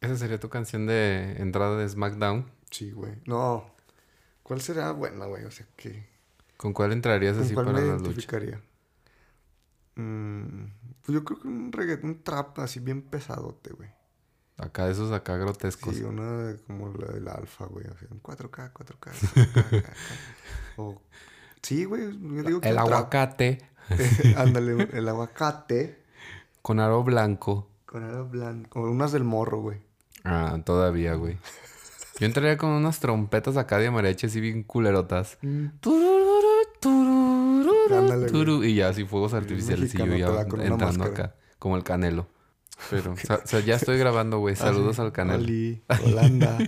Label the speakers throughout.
Speaker 1: Esa sería tu canción de entrada de SmackDown.
Speaker 2: Sí, güey. No. ¿Cuál será buena, güey? O sea, que...
Speaker 1: ¿Con cuál entrarías
Speaker 2: ¿Con
Speaker 1: así
Speaker 2: cuál
Speaker 1: para
Speaker 2: me
Speaker 1: la lucha?
Speaker 2: identificaría? Mm, pues yo creo que un reggaetón un trap así bien pesadote, güey.
Speaker 1: Acá de esos acá grotescos.
Speaker 2: Sí, una de- como la del alfa, güey. O sea, un 4K, 4K, 4K, acá. O... Sí, güey. Yo digo que
Speaker 1: El
Speaker 2: un trap.
Speaker 1: aguacate
Speaker 2: Ándale, un- el aguacate
Speaker 1: con aro blanco.
Speaker 2: con aro blanco. O unas del morro, güey.
Speaker 1: Ah, todavía, güey. Yo entraría con unas trompetas acá de mariachi así bien culerotas. Turururu, turururu,
Speaker 2: Ándale, güey.
Speaker 1: turu, y ya así fuegos artificiales y yo ya
Speaker 2: mexicanote, va, con una
Speaker 1: entrando
Speaker 2: máscara.
Speaker 1: acá. Como el canelo. Pero, o sea, o sea, ya estoy grabando,
Speaker 2: Ah,
Speaker 1: güey. Saludos al canelo.
Speaker 2: Oli, Holanda.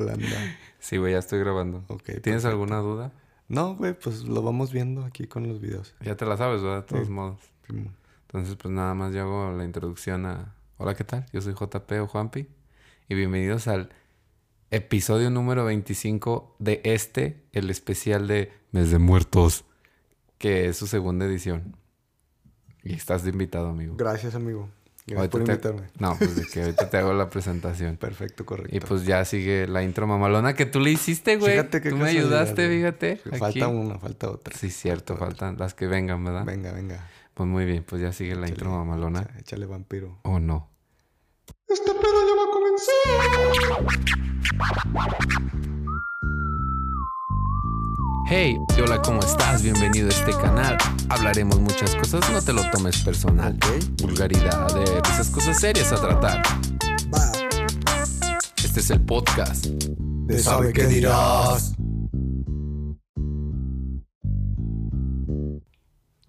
Speaker 2: Holanda.
Speaker 1: Sí, güey, ya estoy grabando.
Speaker 2: Ok,
Speaker 1: ¿Tienes alguna duda?
Speaker 2: No, güey, pues lo vamos viendo aquí con los videos.
Speaker 1: Ya te la sabes, ¿verdad? De todos
Speaker 2: Sí.
Speaker 1: modos.
Speaker 2: Simón.
Speaker 1: Entonces, pues nada más yo hago la introducción a... Hola, ¿qué tal? Yo soy JP o Juanpi. Y bienvenidos al episodio número 25 de este, el especial de Desde Muertos, que es su segunda edición. Y estás de invitado, amigo.
Speaker 2: Gracias, amigo. Gracias
Speaker 1: Ahorita
Speaker 2: por
Speaker 1: te-
Speaker 2: invitarme.
Speaker 1: No, pues de que ahorita te hago la presentación.
Speaker 2: Perfecto, correcto.
Speaker 1: Y pues ya sigue la intro mamalona que tú le hiciste, güey.
Speaker 2: Fíjate qué
Speaker 1: Tú me
Speaker 2: casualidad,
Speaker 1: ayudaste,
Speaker 2: güey.
Speaker 1: fíjate. aquí.
Speaker 2: Falta una, falta otra.
Speaker 1: Sí, cierto, faltan las que vengan, ¿verdad?
Speaker 2: Venga, venga.
Speaker 1: Pues muy bien, pues ya sigue la intro mamalona.
Speaker 2: Echa- Échale vampiro.
Speaker 1: ¿O no?
Speaker 2: Este pedo ya va a comenzar.
Speaker 1: Hey, hola, ¿cómo estás? Bienvenido a este canal. Hablaremos muchas cosas, no te lo tomes personal.
Speaker 2: Ok.
Speaker 1: Vulgaridades, esas cosas serias a tratar.
Speaker 2: Va.
Speaker 1: Este es el podcast.
Speaker 2: De sabe qué dirás.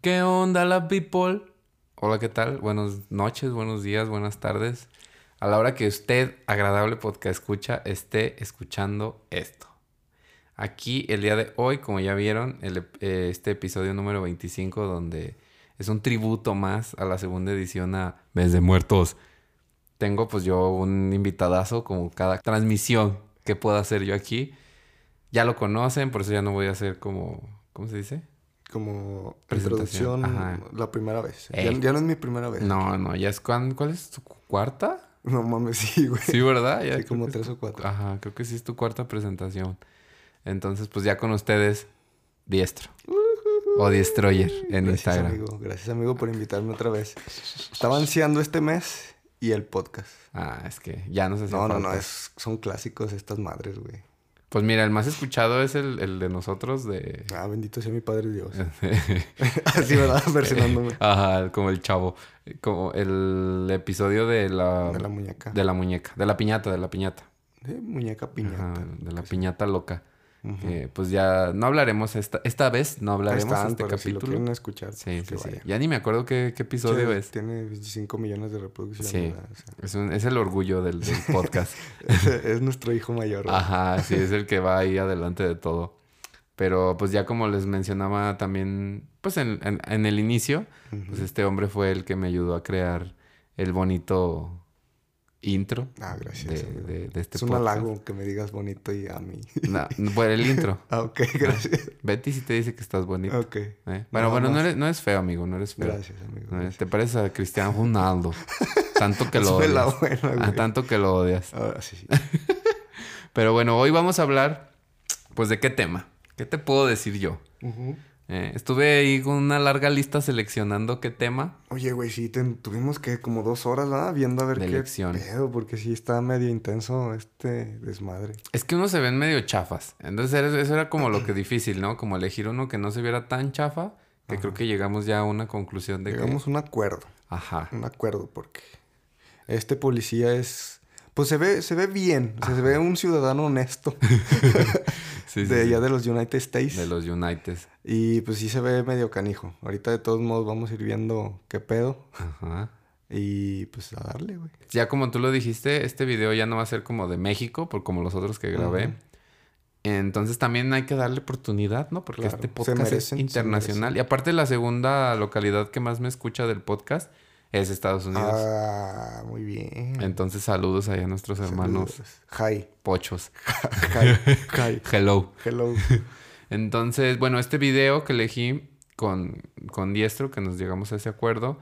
Speaker 1: ¿Qué onda, la people? Hola, ¿qué tal? Buenas noches, buenos días, buenas tardes. A la hora que usted, agradable podcast escucha, esté escuchando esto. Aquí, el día de hoy, como ya vieron, el ep- eh, este episodio número 25, donde es un tributo más a la segunda edición a Mes de Muertos. Tengo, pues, yo un invitadazo, como cada transmisión que pueda hacer yo aquí. Ya lo conocen, por eso ya no voy a hacer como. ¿Cómo se dice?
Speaker 2: Como
Speaker 1: Presentación,
Speaker 2: introducción
Speaker 1: ajá.
Speaker 2: la primera vez. Ya,
Speaker 1: Ey.
Speaker 2: ya no es mi primera vez.
Speaker 1: No, no, ya es cuan, ¿cuál es tu cu- cuarta?
Speaker 2: No mames, sí, güey.
Speaker 1: Sí, ¿verdad? Ya
Speaker 2: Sí,
Speaker 1: creo
Speaker 2: como
Speaker 1: que es
Speaker 2: tres
Speaker 1: tu-
Speaker 2: o cuatro.
Speaker 1: Ajá, creo que sí es tu cuarta presentación. Entonces, pues ya con ustedes, diestro. O diestroyer en
Speaker 2: Gracias,
Speaker 1: Instagram.
Speaker 2: amigo. Gracias, amigo, por invitarme otra vez. Estaba ansiando este mes y el podcast.
Speaker 1: Ah, es que ya no sé
Speaker 2: No, no, no, es- son clásicos estas madres, güey.
Speaker 1: Pues mira, el más escuchado es el, el de nosotros de...
Speaker 2: Ah, bendito sea mi padre Dios. Así, ¿verdad? Versionándome.
Speaker 1: Ajá, como el chavo. Como el episodio de la...
Speaker 2: De la muñeca.
Speaker 1: de la muñeca. De la piñata, de la piñata.
Speaker 2: De muñeca
Speaker 1: Ajá,
Speaker 2: piñata.
Speaker 1: de la piñata loca.
Speaker 2: Ujú.
Speaker 1: Que, pues ya no hablaremos esta, esta vez, no
Speaker 2: Ahí
Speaker 1: hablaremos
Speaker 2: están,
Speaker 1: este
Speaker 2: pero si lo
Speaker 1: capítulo.
Speaker 2: quieren escuchar, pues
Speaker 1: sí,
Speaker 2: que
Speaker 1: sí, sí.
Speaker 2: vaya.
Speaker 1: Ya ni me acuerdo qué, qué episodio
Speaker 2: Che,
Speaker 1: es.
Speaker 2: Tiene 25 millones de reproducciones.
Speaker 1: Sí.
Speaker 2: ¿verdad? O sea,
Speaker 1: Es, un- es el orgullo del, del podcast.
Speaker 2: es, es nuestro hijo mayor. güey.
Speaker 1: Ajá, sí, es el que va ahí adelante de todo. Pero pues ya como les mencionaba también, pues en, en- en el inicio, pues este hombre fue el que me ayudó a crear el bonito intro
Speaker 2: Ah, gracias.
Speaker 1: de,
Speaker 2: amigo.
Speaker 1: de- de este
Speaker 2: es un
Speaker 1: podcast.
Speaker 2: halago que me digas bonito y a mí.
Speaker 1: No, por el intro.
Speaker 2: ah, ok, gracias.
Speaker 1: Betty sí te dice que estás bonito.
Speaker 2: ok.
Speaker 1: ¿eh?
Speaker 2: Nada
Speaker 1: Bueno, bueno, no
Speaker 2: más.
Speaker 1: eres, no eres feo, amigo, no eres feo.
Speaker 2: Gracias, amigo.
Speaker 1: No, este Te pareces a Cristiano Ronaldo. tanto que lo
Speaker 2: Hazme la
Speaker 1: odias.
Speaker 2: buena,
Speaker 1: Ah,
Speaker 2: güey.
Speaker 1: tanto que lo odias.
Speaker 2: Ahora sí, sí.
Speaker 1: Pero bueno, hoy vamos a hablar, pues, de qué tema. ¿Qué te puedo decir yo?
Speaker 2: Ujú.
Speaker 1: Eh, estuve ahí con una larga lista seleccionando qué tema.
Speaker 2: Oye, güey, sí, te- tuvimos que como dos horas, ¿verdad? Viendo a ver
Speaker 1: De
Speaker 2: qué
Speaker 1: elección.
Speaker 2: pedo, porque sí está medio intenso este desmadre.
Speaker 1: Es que unos se ven medio chafas. Entonces, era- eso era como lo que difícil, ¿no? Como elegir uno que no se viera tan chafa, que creo que llegamos ya a una conclusión de
Speaker 2: Llegamos a un acuerdo,
Speaker 1: que... Ajá.
Speaker 2: un acuerdo, porque este policía es... Pues se ve, se ve bien, o sea, se ve un ciudadano honesto
Speaker 1: Sí, sí,
Speaker 2: de
Speaker 1: sí.
Speaker 2: allá de los United States.
Speaker 1: De los Uniteds.
Speaker 2: Y pues sí se ve medio canijo. Ahorita de todos modos vamos a ir viendo qué pedo
Speaker 1: Ajá.
Speaker 2: y pues a darle, güey.
Speaker 1: Ya como tú lo dijiste, este video ya no va a ser como de México, por como los otros que grabé.
Speaker 2: Ujú.
Speaker 1: Entonces también hay que darle oportunidad, ¿no? Porque
Speaker 2: Claro,
Speaker 1: este
Speaker 2: se
Speaker 1: podcast
Speaker 2: merecen,
Speaker 1: es
Speaker 2: se
Speaker 1: internacional. Y aparte la segunda localidad que más me escucha del podcast es Estados Unidos.
Speaker 2: Ah, muy bien.
Speaker 1: Entonces saludos ahí a nuestros hermanos
Speaker 2: Saludos. Hi.
Speaker 1: pochos.
Speaker 2: Hi. Hi.
Speaker 1: Hello.
Speaker 2: Hello.
Speaker 1: Entonces, bueno, este video que elegí con, con Diestro, que nos llegamos a ese acuerdo,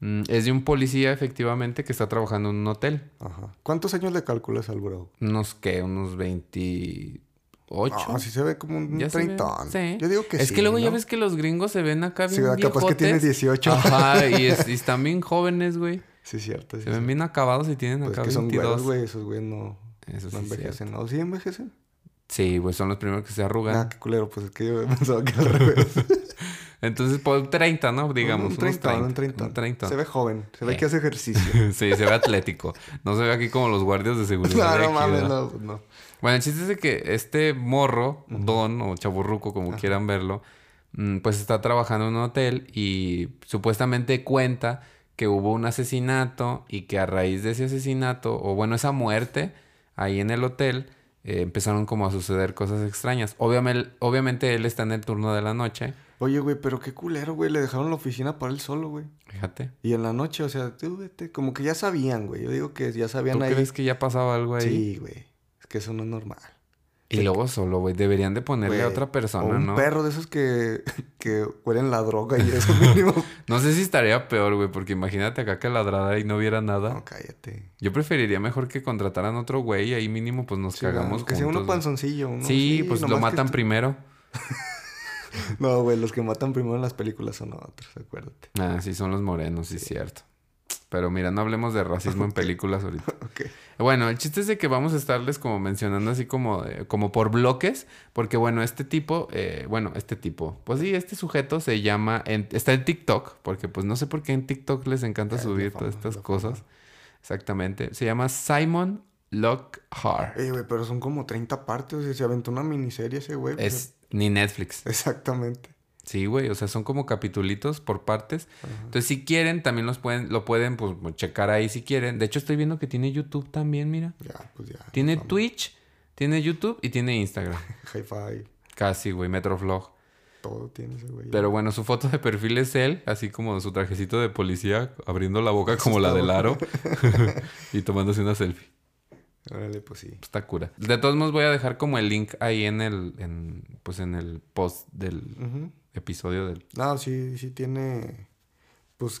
Speaker 1: Mm, Es de un policía, efectivamente, que está trabajando en un hotel.
Speaker 2: Ajá. ¿Cuántos años le calculas al bro?
Speaker 1: Unos que, unos 28.
Speaker 2: Ah, sí se ve como un
Speaker 1: Ya se ve.
Speaker 2: treintón.
Speaker 1: Sí.
Speaker 2: Yo digo que
Speaker 1: Es
Speaker 2: sí,
Speaker 1: que luego ya
Speaker 2: ¿no?
Speaker 1: ves que los gringos se ven acá
Speaker 2: Sí,
Speaker 1: bien
Speaker 2: capaz que
Speaker 1: viejotes.
Speaker 2: tiene 18.
Speaker 1: Ajá, y, es- y están bien jóvenes, güey.
Speaker 2: Sí, cierto. Sí,
Speaker 1: Se ven
Speaker 2: cierto.
Speaker 1: bien acabados y tienen
Speaker 2: Pues
Speaker 1: acá
Speaker 2: que son
Speaker 1: 22.
Speaker 2: güeros, güey. Esos güeyes no,
Speaker 1: Eso sí
Speaker 2: no
Speaker 1: es
Speaker 2: envejecen. ¿No? ¿Sí envejecen?
Speaker 1: cierto. Sí, güey, son los primeros que se arrugan.
Speaker 2: Ah, qué culero. Pues es que yo pensaba que al revés.
Speaker 1: Entonces, por 30, ¿no? Digamos,
Speaker 2: un
Speaker 1: unos
Speaker 2: 30,
Speaker 1: 30.
Speaker 2: un 30.
Speaker 1: un Eh. 30.
Speaker 2: Se ve joven. Se ve
Speaker 1: Sí.
Speaker 2: que hace ejercicio.
Speaker 1: Sí, se ve atlético. No se ve aquí como los guardias de seguridad.
Speaker 2: no,
Speaker 1: de
Speaker 2: no
Speaker 1: aquí,
Speaker 2: mames,
Speaker 1: ¿verdad?
Speaker 2: no. pues no.
Speaker 1: Bueno, el chiste es de que este morro, don o chaburruco, como quieran verlo, mm, pues está trabajando en un hotel y supuestamente cuenta que hubo un asesinato y que a raíz de ese asesinato, o bueno, esa muerte ahí en el hotel, eh, empezaron como a suceder cosas extrañas. Obviamente, obviamente él está en el turno de la noche,
Speaker 2: Oye, güey, pero qué culero, güey. Le dejaron la oficina para él solo, güey.
Speaker 1: fíjate.
Speaker 2: Y en la noche, o sea, tú vete. Como que ya sabían, güey. Yo digo que ya sabían
Speaker 1: ¿Tú
Speaker 2: ahí.
Speaker 1: crees que ya pasaba algo ahí?
Speaker 2: Sí, güey. Es que eso no es normal.
Speaker 1: Y luego solo, güey, deberían de ponerle a
Speaker 2: Güey,
Speaker 1: otra
Speaker 2: o
Speaker 1: persona,
Speaker 2: un
Speaker 1: ¿no?
Speaker 2: perro de esos que, que huelen la droga y eso mínimo.
Speaker 1: No sé si estaría peor, güey, porque imagínate acá que ladrara y no viera nada.
Speaker 2: no, cállate.
Speaker 1: Yo preferiría mejor que contrataran otro güey y ahí mínimo pues nos
Speaker 2: Sí,
Speaker 1: cagamos
Speaker 2: Que sea
Speaker 1: juntos,
Speaker 2: uno
Speaker 1: güey.
Speaker 2: panzoncillo. uno
Speaker 1: sí,
Speaker 2: así,
Speaker 1: pues lo
Speaker 2: nomás que
Speaker 1: matan
Speaker 2: tú-
Speaker 1: primero.
Speaker 2: No, güey, los que matan primero en las películas son otros, acuérdate.
Speaker 1: Ah, sí, son los morenos, sí, es cierto. Pero mira, no hablemos de racismo en películas ahorita.
Speaker 2: Ok.
Speaker 1: Bueno, el chiste es de que vamos a estarles como mencionando así como, eh, como por bloques, porque bueno, este tipo, eh, bueno, este tipo, pues sí, este sujeto se llama, en- está en TikTok, porque pues no sé por qué en TikTok les encanta
Speaker 2: Ah, es la
Speaker 1: subir
Speaker 2: fama,
Speaker 1: todas estas
Speaker 2: la fama.
Speaker 1: cosas. Exactamente. Se llama Simon Lockhart.
Speaker 2: Ey, güey, pero son como 30 partes. O sea, se aventó una miniserie ese güey. pues,
Speaker 1: Es ni Netflix.
Speaker 2: Exactamente.
Speaker 1: Sí, güey, o sea, son como capitulitos por partes.
Speaker 2: Ajá.
Speaker 1: Entonces, si quieren, también los pueden, lo pueden, pues, checar ahí si quieren. De hecho, estoy viendo que tiene YouTube también, mira.
Speaker 2: Ya, pues ya.
Speaker 1: Tiene
Speaker 2: nos vamos.
Speaker 1: Twitch, tiene YouTube y tiene Instagram.
Speaker 2: Hi-Fi.
Speaker 1: Casi, güey, Metroflog.
Speaker 2: Todo tiene ese güey.
Speaker 1: Pero bueno, su foto de perfil es él, así como su trajecito de policía, abriendo la boca como la del aro y tomándose una selfie.
Speaker 2: Órale, pues sí.
Speaker 1: Está cura. De todos modos, voy a dejar como el link ahí en el, en, pues, en el post del
Speaker 2: Ujú.
Speaker 1: episodio del...
Speaker 2: No, sí, sí tiene. Pues.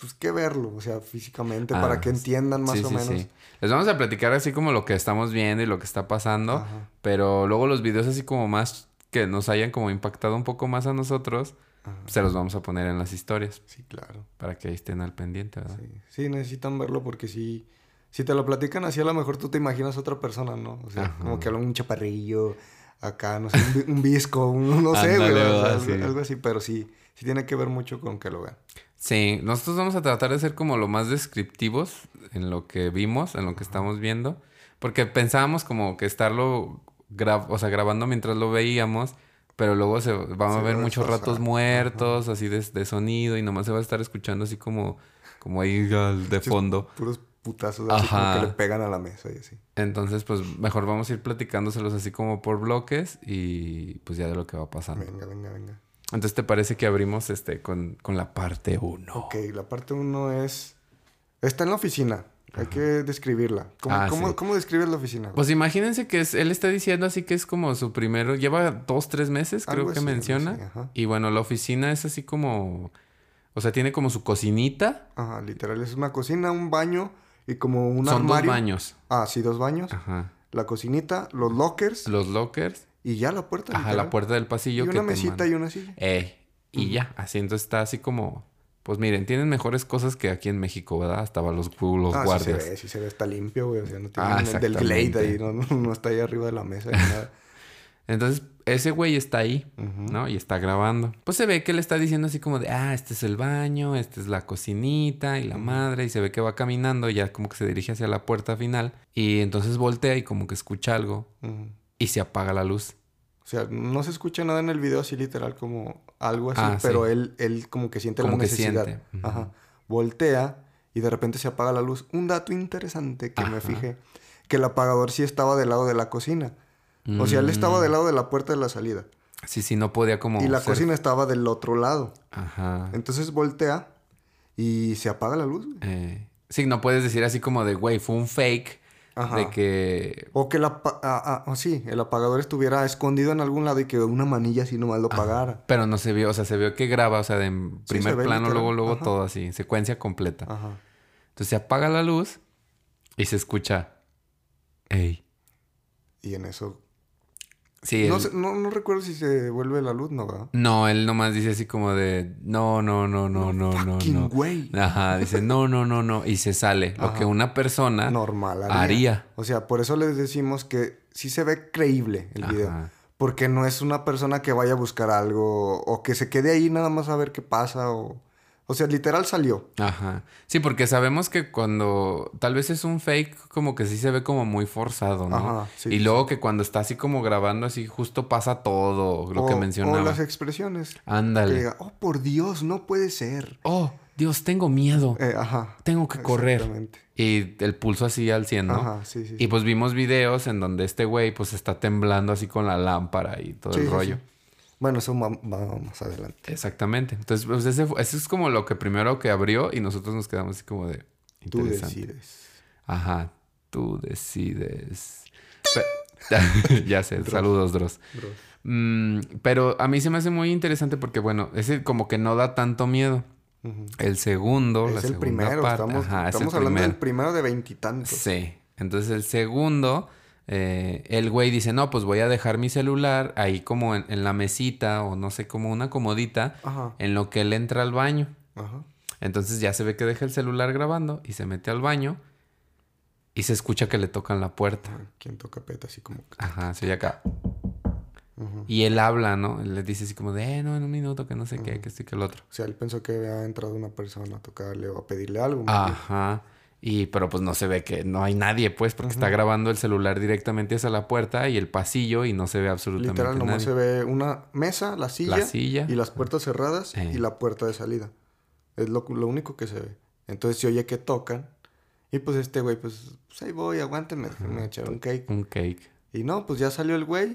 Speaker 2: Pues que verlo, o sea, físicamente,
Speaker 1: Ah,
Speaker 2: para que entiendan más
Speaker 1: sí,
Speaker 2: o
Speaker 1: sí,
Speaker 2: menos.
Speaker 1: sí. Les vamos a platicar así como lo que estamos viendo y lo que está pasando.
Speaker 2: Ajá,
Speaker 1: Pero luego los videos así como más que nos hayan como impactado un poco más a nosotros,
Speaker 2: ajá.
Speaker 1: se los vamos a poner en las historias
Speaker 2: Sí, claro.
Speaker 1: para que ahí estén al pendiente, ¿verdad?
Speaker 2: Sí. Sí, necesitan verlo porque sí. Si te lo platican así, a lo mejor tú te imaginas otra persona, ¿no? O sea,
Speaker 1: Ajá.
Speaker 2: como que habla un chaparrillo, acá, no sé, un, vi- un visco, un- no sé, güey.
Speaker 1: Ándale,
Speaker 2: o sea,
Speaker 1: ¿verdad?
Speaker 2: algo,
Speaker 1: Sí.
Speaker 2: algo así, pero sí, sí tiene que ver mucho con que lo vean.
Speaker 1: Sí, nosotros vamos a tratar de ser como lo más descriptivos en lo que vimos, en lo que estamos viendo, porque pensábamos como que estarlo gra- o sea, grabando mientras lo veíamos, pero luego se van
Speaker 2: Se
Speaker 1: a
Speaker 2: va
Speaker 1: ver
Speaker 2: a
Speaker 1: muchos
Speaker 2: desfasar.
Speaker 1: ratos muertos, así de, de sonido, y nomás se va a estar escuchando así como, como ahí al- de
Speaker 2: Sí.
Speaker 1: fondo.
Speaker 2: Puros putazos así como
Speaker 1: Ajá.
Speaker 2: que le pegan a la mesa y así.
Speaker 1: Entonces, pues mejor vamos a ir platicándoselos así como por bloques y pues ya de lo que va pasando.
Speaker 2: Venga, venga, venga.
Speaker 1: Entonces, ¿te parece que abrimos este con, con la parte 1?
Speaker 2: Ok, la parte uno es. Está en la oficina. Hay que describirla. ¿Cómo,
Speaker 1: Ah,
Speaker 2: cómo,
Speaker 1: sí.
Speaker 2: cómo describes la oficina? güey?
Speaker 1: Pues imagínense que es, él está diciendo así que es como su primero, lleva dos, tres meses, creo
Speaker 2: Algo
Speaker 1: que
Speaker 2: así, algo
Speaker 1: menciona.
Speaker 2: así, ajá.
Speaker 1: Y bueno, la oficina es así como, o sea, tiene como su cocinita.
Speaker 2: Ajá, literal. Es una cocina, un baño y como un
Speaker 1: Son
Speaker 2: armario.
Speaker 1: dos baños.
Speaker 2: Ah, sí, dos baños.
Speaker 1: Ajá.
Speaker 2: La cocinita, los lockers
Speaker 1: Los lockers.
Speaker 2: y ya la puerta.
Speaker 1: Ajá,
Speaker 2: literal.
Speaker 1: la puerta del pasillo.
Speaker 2: Y
Speaker 1: que
Speaker 2: una
Speaker 1: te
Speaker 2: mesita
Speaker 1: manda.
Speaker 2: y una silla.
Speaker 1: Ey, y ya, así entonces está así como, pues miren, tienen mejores cosas que aquí en México, ¿verdad? Hasta va los, los
Speaker 2: ah, sí se
Speaker 1: guardias.
Speaker 2: ve, sí se ve, está limpio, güey. O sea, no tiene
Speaker 1: Ah,
Speaker 2: nada del glade ahí,
Speaker 1: exactamente.
Speaker 2: no, no, no está ahí arriba de la mesa ni nada.
Speaker 1: Entonces, ese güey está ahí,
Speaker 2: Ujú.
Speaker 1: ¿no? Y está grabando. Pues se ve que le está diciendo así como de, ah, este es el baño, esta es la cocinita y la madre. Y se ve que va caminando y ya como que se dirige hacia la puerta final. Y entonces voltea y como que escucha algo
Speaker 2: Ujú.
Speaker 1: y se apaga la luz.
Speaker 2: O sea, no se escucha nada en el video así literal como algo así,
Speaker 1: Ah, sí.
Speaker 2: pero él, él como que siente
Speaker 1: Como
Speaker 2: la
Speaker 1: que
Speaker 2: necesidad.
Speaker 1: siente. Ujú.
Speaker 2: Ajá. Voltea y de repente se apaga la luz. Un dato interesante que me
Speaker 1: Ajá.
Speaker 2: fijé, que el apagador sí estaba del lado de la cocina. O sea, él estaba
Speaker 1: Mm.
Speaker 2: del lado de la puerta de la salida.
Speaker 1: Sí, sí, no podía como...
Speaker 2: y la
Speaker 1: ser-
Speaker 2: cocina estaba del otro lado.
Speaker 1: Ajá.
Speaker 2: Entonces voltea y se apaga la luz, güey.
Speaker 1: Eh, Sí, no puedes decir así como de, güey, fue un fake.
Speaker 2: Ajá.
Speaker 1: De que.
Speaker 2: O que la, pa- ah, ah, sí, el apagador estuviera escondido en algún lado y que una manilla así nomás lo apagara.
Speaker 1: Pero no se vio, o sea, se vio que graba, o sea, de en
Speaker 2: se
Speaker 1: primer
Speaker 2: ve
Speaker 1: plano,
Speaker 2: literal,
Speaker 1: luego, luego
Speaker 2: ajá. Ah.
Speaker 1: todo así, secuencia completa.
Speaker 2: Ajá.
Speaker 1: Entonces se apaga la luz y se escucha. ¡Ey!
Speaker 2: Y en eso...
Speaker 1: Sí,
Speaker 2: No,
Speaker 1: él-
Speaker 2: sé- no, no recuerdo si se vuelve la luz, ¿no? ¿verdad?
Speaker 1: no, él nomás dice así como de. No, no, no, no, no, no.
Speaker 2: Fucking
Speaker 1: no.
Speaker 2: güey.
Speaker 1: Ajá, dice no, no, no, no. Y se sale. Lo
Speaker 2: Ajá.
Speaker 1: que una persona.
Speaker 2: Normal.
Speaker 1: haría.
Speaker 2: O sea, por eso les decimos que sí se ve creíble el
Speaker 1: Ajá.
Speaker 2: video. Porque no es una persona que vaya a buscar algo o que se quede ahí nada más a ver qué pasa o... O sea, literal salió.
Speaker 1: Ajá. Sí, porque sabemos que cuando tal vez es un fake, como que sí se ve como muy forzado, ¿no?
Speaker 2: Ajá, sí,
Speaker 1: y
Speaker 2: sí,
Speaker 1: luego que cuando está así como grabando, así justo pasa todo lo que
Speaker 2: O- O
Speaker 1: mencionaba.
Speaker 2: las expresiones. oh, Que
Speaker 1: Ándale.
Speaker 2: diga, oh, por Dios, no puede ser.
Speaker 1: Oh, Dios, tengo miedo.
Speaker 2: Eh, ajá.
Speaker 1: tengo que correr.
Speaker 2: Exactamente.
Speaker 1: Y el pulso así al 100, ¿no?
Speaker 2: Ajá, sí, sí.
Speaker 1: Y pues vimos videos en donde este güey pues está temblando así con la lámpara y todo
Speaker 2: Sí,
Speaker 1: el
Speaker 2: sí,
Speaker 1: rollo.
Speaker 2: sí. Bueno, eso va, va más adelante.
Speaker 1: Exactamente. Entonces, pues ese, fu- ese es como lo que primero que abrió y nosotros nos quedamos así como de...
Speaker 2: Tú
Speaker 1: Interesante.
Speaker 2: decides.
Speaker 1: Ajá, tú decides. Pe- ya sé, saludos, Dross.
Speaker 2: Dross.
Speaker 1: Mm, pero a mí se me hace muy interesante porque, bueno, ese como que no da tanto miedo.
Speaker 2: Ujú.
Speaker 1: El segundo, la
Speaker 2: Es el
Speaker 1: segunda
Speaker 2: primero.
Speaker 1: parte-
Speaker 2: Estamos,
Speaker 1: ajá, es el
Speaker 2: estamos hablando del
Speaker 1: primero.
Speaker 2: primero de veintitantos.
Speaker 1: Sí. Entonces el segundo, eh, el güey dice, no, pues voy a dejar mi celular ahí como en, en la mesita o no sé, como una comodita,
Speaker 2: Ajá.
Speaker 1: en lo que él entra al baño.
Speaker 2: Ajá.
Speaker 1: Entonces ya se ve que deja el celular grabando y se mete al baño y se escucha que le tocan la puerta.
Speaker 2: Quien toca peta así como.
Speaker 1: Ajá, se oye acá.
Speaker 2: Ujú.
Speaker 1: Y él habla, ¿no? Él le dice así como de, eh, no, en un minuto, que no sé qué, que esto y que el otro.
Speaker 2: O sea, él pensó que había entrado una persona a tocarle o a pedirle algo. más
Speaker 1: Ah,
Speaker 2: bien.
Speaker 1: Ajá. Y, pero pues no se ve que no hay nadie, pues, porque está grabando el celular directamente hacia la puerta y el pasillo y no se ve absolutamente
Speaker 2: Literal, nomás
Speaker 1: nadie.
Speaker 2: se ve una mesa, la silla,
Speaker 1: La silla.
Speaker 2: y las puertas cerradas
Speaker 1: Eh.
Speaker 2: y la puerta de salida. Es lo, lo único que se ve. Entonces se oye que tocan. Y pues este güey, pues, pues ahí voy, aguántenme, déjenme echar un cake.
Speaker 1: Un cake.
Speaker 2: Y no, pues ya salió el güey.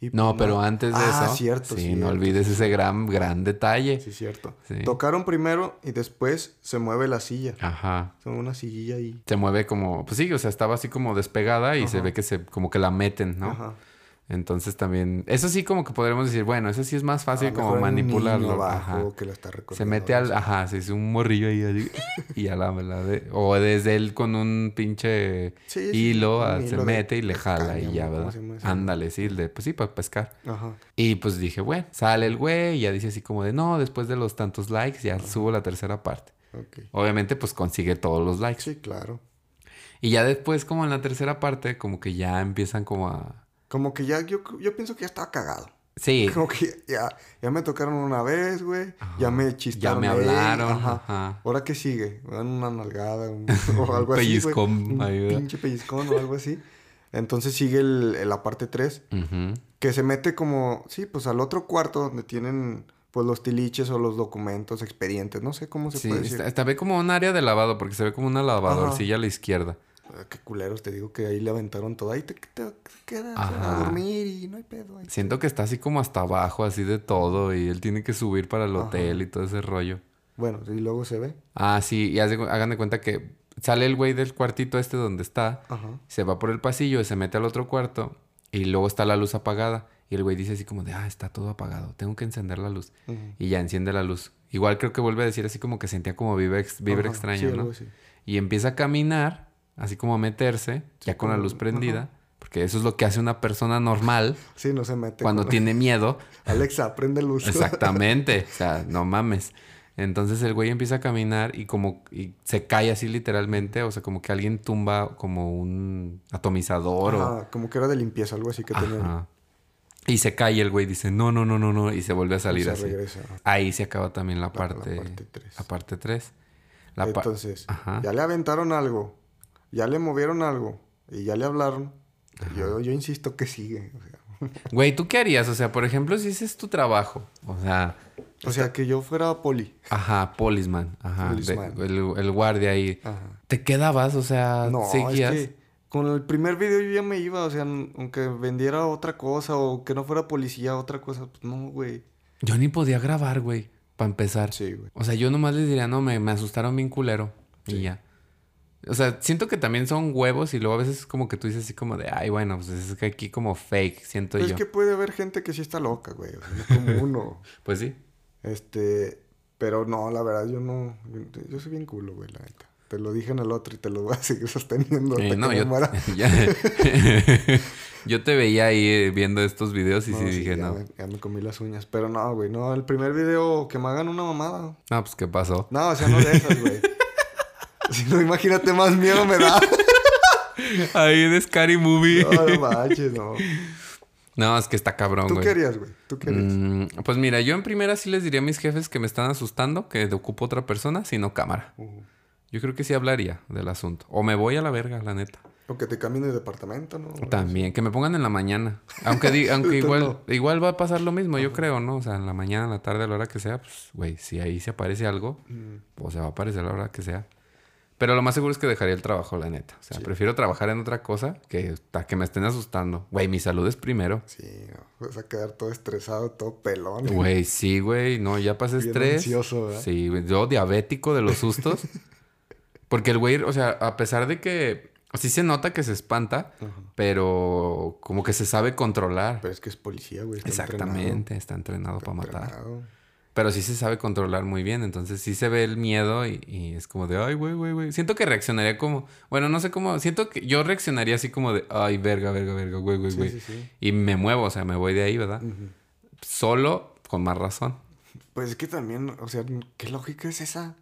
Speaker 2: y pues
Speaker 1: No, pero antes de
Speaker 2: Ah,
Speaker 1: eso.
Speaker 2: cierto,
Speaker 1: sí.
Speaker 2: cierto,
Speaker 1: no olvides ese gran, gran detalle.
Speaker 2: Sí, cierto.
Speaker 1: Sí. Ah.
Speaker 2: Tocaron primero y después se mueve la silla.
Speaker 1: Ajá.
Speaker 2: Se mueve una sillilla ahí.
Speaker 1: Se mueve como, pues sí, o sea, estaba así como despegada y se
Speaker 2: Ajá.
Speaker 1: ve que se, como que la meten, ¿no?
Speaker 2: Ajá.
Speaker 1: Entonces también, eso sí como que podremos decir, bueno, eso sí es más
Speaker 2: A lo
Speaker 1: fácil como
Speaker 2: mejor era un niño
Speaker 1: manipularlo.
Speaker 2: abajo
Speaker 1: Ajá.
Speaker 2: que la está
Speaker 1: Se
Speaker 2: recorriendo,
Speaker 1: mete
Speaker 2: ¿no?
Speaker 1: al, ajá, se hizo un morrillo ahí, así, y a la la de- o desde él con un pinche
Speaker 2: Sí, sí,
Speaker 1: hilo,
Speaker 2: un
Speaker 1: ah, se
Speaker 2: hilo de-
Speaker 1: mete y le jala y
Speaker 2: cáñamo,
Speaker 1: ya,
Speaker 2: ¿cómo
Speaker 1: ¿verdad?
Speaker 2: se llama eso?
Speaker 1: Ándale, sí, de- pues sí, para pescar.
Speaker 2: Ajá.
Speaker 1: Y pues dije, bueno, sale el güey y ya dice así como de, no, después de los tantos likes ya subo la tercera parte.
Speaker 2: Ok.
Speaker 1: Obviamente pues consigue todos los likes.
Speaker 2: Sí, claro.
Speaker 1: Y ya después como en la tercera parte como que ya empiezan como a...
Speaker 2: Como que ya, yo, yo pienso que ya estaba cagado.
Speaker 1: Sí,
Speaker 2: Como que ya, ya me tocaron una vez, güey. Ya me
Speaker 1: ya
Speaker 2: chistaron.
Speaker 1: me
Speaker 2: ey,
Speaker 1: hablaron.
Speaker 2: ajá.
Speaker 1: ajá.
Speaker 2: ¿Ahora qué sigue? ¿Me dan una nalgada un- o algo así,
Speaker 1: Pellizcón,
Speaker 2: güey? Un
Speaker 1: ahí, ¿verdad?
Speaker 2: pinche pellizcón o algo así. Entonces sigue el- el- la parte 3,
Speaker 1: Ujú.
Speaker 2: que se mete como, sí, pues al otro cuarto donde tienen pues los tiliches o los documentos, expedientes, no sé cómo se
Speaker 1: Sí,
Speaker 2: puede decir.
Speaker 1: está, está- ve como un área de lavado, porque se ve como una lavadorcilla a la izquierda.
Speaker 2: Ah, qué culeros, te digo que ahí le aventaron todo. Ahí te, te quedas
Speaker 1: Ajá.
Speaker 2: a dormir y no hay pedo. ahí.
Speaker 1: Siento que está así como hasta abajo, así de todo, y él tiene que subir para el hotel y todo ese rollo.
Speaker 2: Bueno, y luego se ve.
Speaker 1: Ah, sí, y haz de cu- hagan de cuenta que sale el güey del cuartito este donde está,
Speaker 2: Ajá.
Speaker 1: se va por el pasillo, se mete al otro cuarto, y luego está la luz apagada. Y el güey dice así como de, ah, está todo apagado, tengo que encender la luz.
Speaker 2: Ujú.
Speaker 1: Y ya enciende la luz. Igual creo que vuelve a decir así como que sentía como vibra, ex- vibra
Speaker 2: Ajá,
Speaker 1: extraña,
Speaker 2: sí,
Speaker 1: ¿no?
Speaker 2: algo así.
Speaker 1: y empieza a caminar, así como a meterse, ya con la
Speaker 2: como-
Speaker 1: luz prendida, porque eso es lo que hace una persona normal
Speaker 2: Sí, no se mete.
Speaker 1: cuando
Speaker 2: con-
Speaker 1: tiene miedo.
Speaker 2: Alexa, prende luz.
Speaker 1: Exactamente, o sea, no mames. Entonces el güey empieza a caminar y como y se cae así literalmente, o sea, como que alguien tumba como un atomizador o...
Speaker 2: Ajá, como que era de limpieza, algo así que tenía.
Speaker 1: Ajá. Y se cae y el güey dice, no, no, no, no, no, y se vuelve a salir
Speaker 2: se
Speaker 1: así.
Speaker 2: regresa.
Speaker 1: Ahí se acaba también la
Speaker 2: la
Speaker 1: parte...
Speaker 2: parte tres.
Speaker 1: La parte 3. La pa-
Speaker 2: Entonces,
Speaker 1: Ajá.
Speaker 2: ya le aventaron algo, ya le movieron algo y ya le hablaron. Yo, yo insisto que sigue. O sea,
Speaker 1: Güey, ¿tú qué harías? O sea, por ejemplo, si ese es tu trabajo. O sea,
Speaker 2: o sea, que yo fuera poli.
Speaker 1: ajá, policeman. Ajá, de-
Speaker 2: Policeman.
Speaker 1: el, el guardia ahí.
Speaker 2: Ajá.
Speaker 1: ¿Te quedabas? O sea,
Speaker 2: No,
Speaker 1: Ah, seguías.
Speaker 2: es que con el primer video yo ya me iba, o sea, n- aunque vendiera otra cosa o que no fuera policía, otra cosa, pues no, güey.
Speaker 1: Yo ni podía grabar, güey, para empezar.
Speaker 2: Sí, güey.
Speaker 1: O sea, yo nomás les diría, no, me, me asustaron bien culero. Y ya. O sea, siento que también son huevos y luego a veces es como que tú dices así como de, ay, bueno, pues es que aquí como fake, siento
Speaker 2: Pero
Speaker 1: yo.
Speaker 2: es que puede haber gente que sí está loca, güey. O sea, no como uno.
Speaker 1: Pues sí.
Speaker 2: Este, pero no, la verdad, yo no. Yo, yo soy bien culo, güey, la neta. Te lo dije en el otro y te lo voy a seguir sosteniendo.
Speaker 1: Eh,
Speaker 2: hasta
Speaker 1: no,
Speaker 2: que me
Speaker 1: yo,
Speaker 2: muera.
Speaker 1: ya- yo te veía ahí eh, viendo estos videos y
Speaker 2: No,
Speaker 1: sí,
Speaker 2: sí,
Speaker 1: dije,
Speaker 2: ya
Speaker 1: no.
Speaker 2: Me, ya me comí las uñas. Pero no, güey, no. El primer video que me hagan una mamada.
Speaker 1: No, pues ¿qué pasó?
Speaker 2: No, o sea, no de esas, güey. si no, imagínate, más miedo me da.
Speaker 1: Ahí de Scary Movie.
Speaker 2: No, no manches, no.
Speaker 1: No, es que está cabrón,
Speaker 2: ¿Tú
Speaker 1: güey.
Speaker 2: querías, güey? ¿Tú querías?
Speaker 1: Mm, pues mira, yo en primera sí les diría a mis jefes que me están asustando, que te ocupo otra persona, sino cámara.
Speaker 2: Ujú.
Speaker 1: Yo creo que sí hablaría del asunto. O me voy a la verga, la neta.
Speaker 2: O que te cambien de departamento, ¿no?
Speaker 1: También, que me pongan en la mañana. Aunque, di- aunque
Speaker 2: Tú
Speaker 1: igual, igual va a pasar lo mismo, yo creo, ¿no? O sea, en la mañana, en la tarde, a la hora que sea, pues, güey, si ahí se aparece algo,
Speaker 2: Mm.
Speaker 1: pues se va a aparecer a la hora que sea. Pero lo más seguro es que dejaría el trabajo, la neta. O sea, prefiero trabajar en otra cosa que, ta- que me estén asustando. Güey, mi salud es primero.
Speaker 2: Sí, no. Vas a quedar todo estresado, todo pelón.
Speaker 1: Güey, sí, güey. No, ya pasé
Speaker 2: Bien
Speaker 1: estrés.
Speaker 2: ansioso, ¿verdad?
Speaker 1: Sí, güey. Yo diabético de los sustos. Porque el güey, o sea, a pesar de que sí se nota que se espanta,
Speaker 2: Ajá.
Speaker 1: pero como que se sabe controlar.
Speaker 2: Pero es que es policía, güey. está
Speaker 1: Exactamente, está entrenado para
Speaker 2: entrenado,
Speaker 1: matar.
Speaker 2: entrenado.
Speaker 1: Pero sí se sabe controlar muy bien, entonces sí se ve el miedo y, y es como de, ay, güey, güey, güey. Siento que reaccionaría como, bueno, no sé cómo, siento que yo reaccionaría así como de, ay, verga, verga, verga, güey, güey, Pues, güey.
Speaker 2: Sí, Mm. sí, sí.
Speaker 1: Y me muevo, o sea, me voy de ahí, ¿verdad? Solo, con más razón.
Speaker 2: Pues es que también, o sea, ¿qué lógica es esa?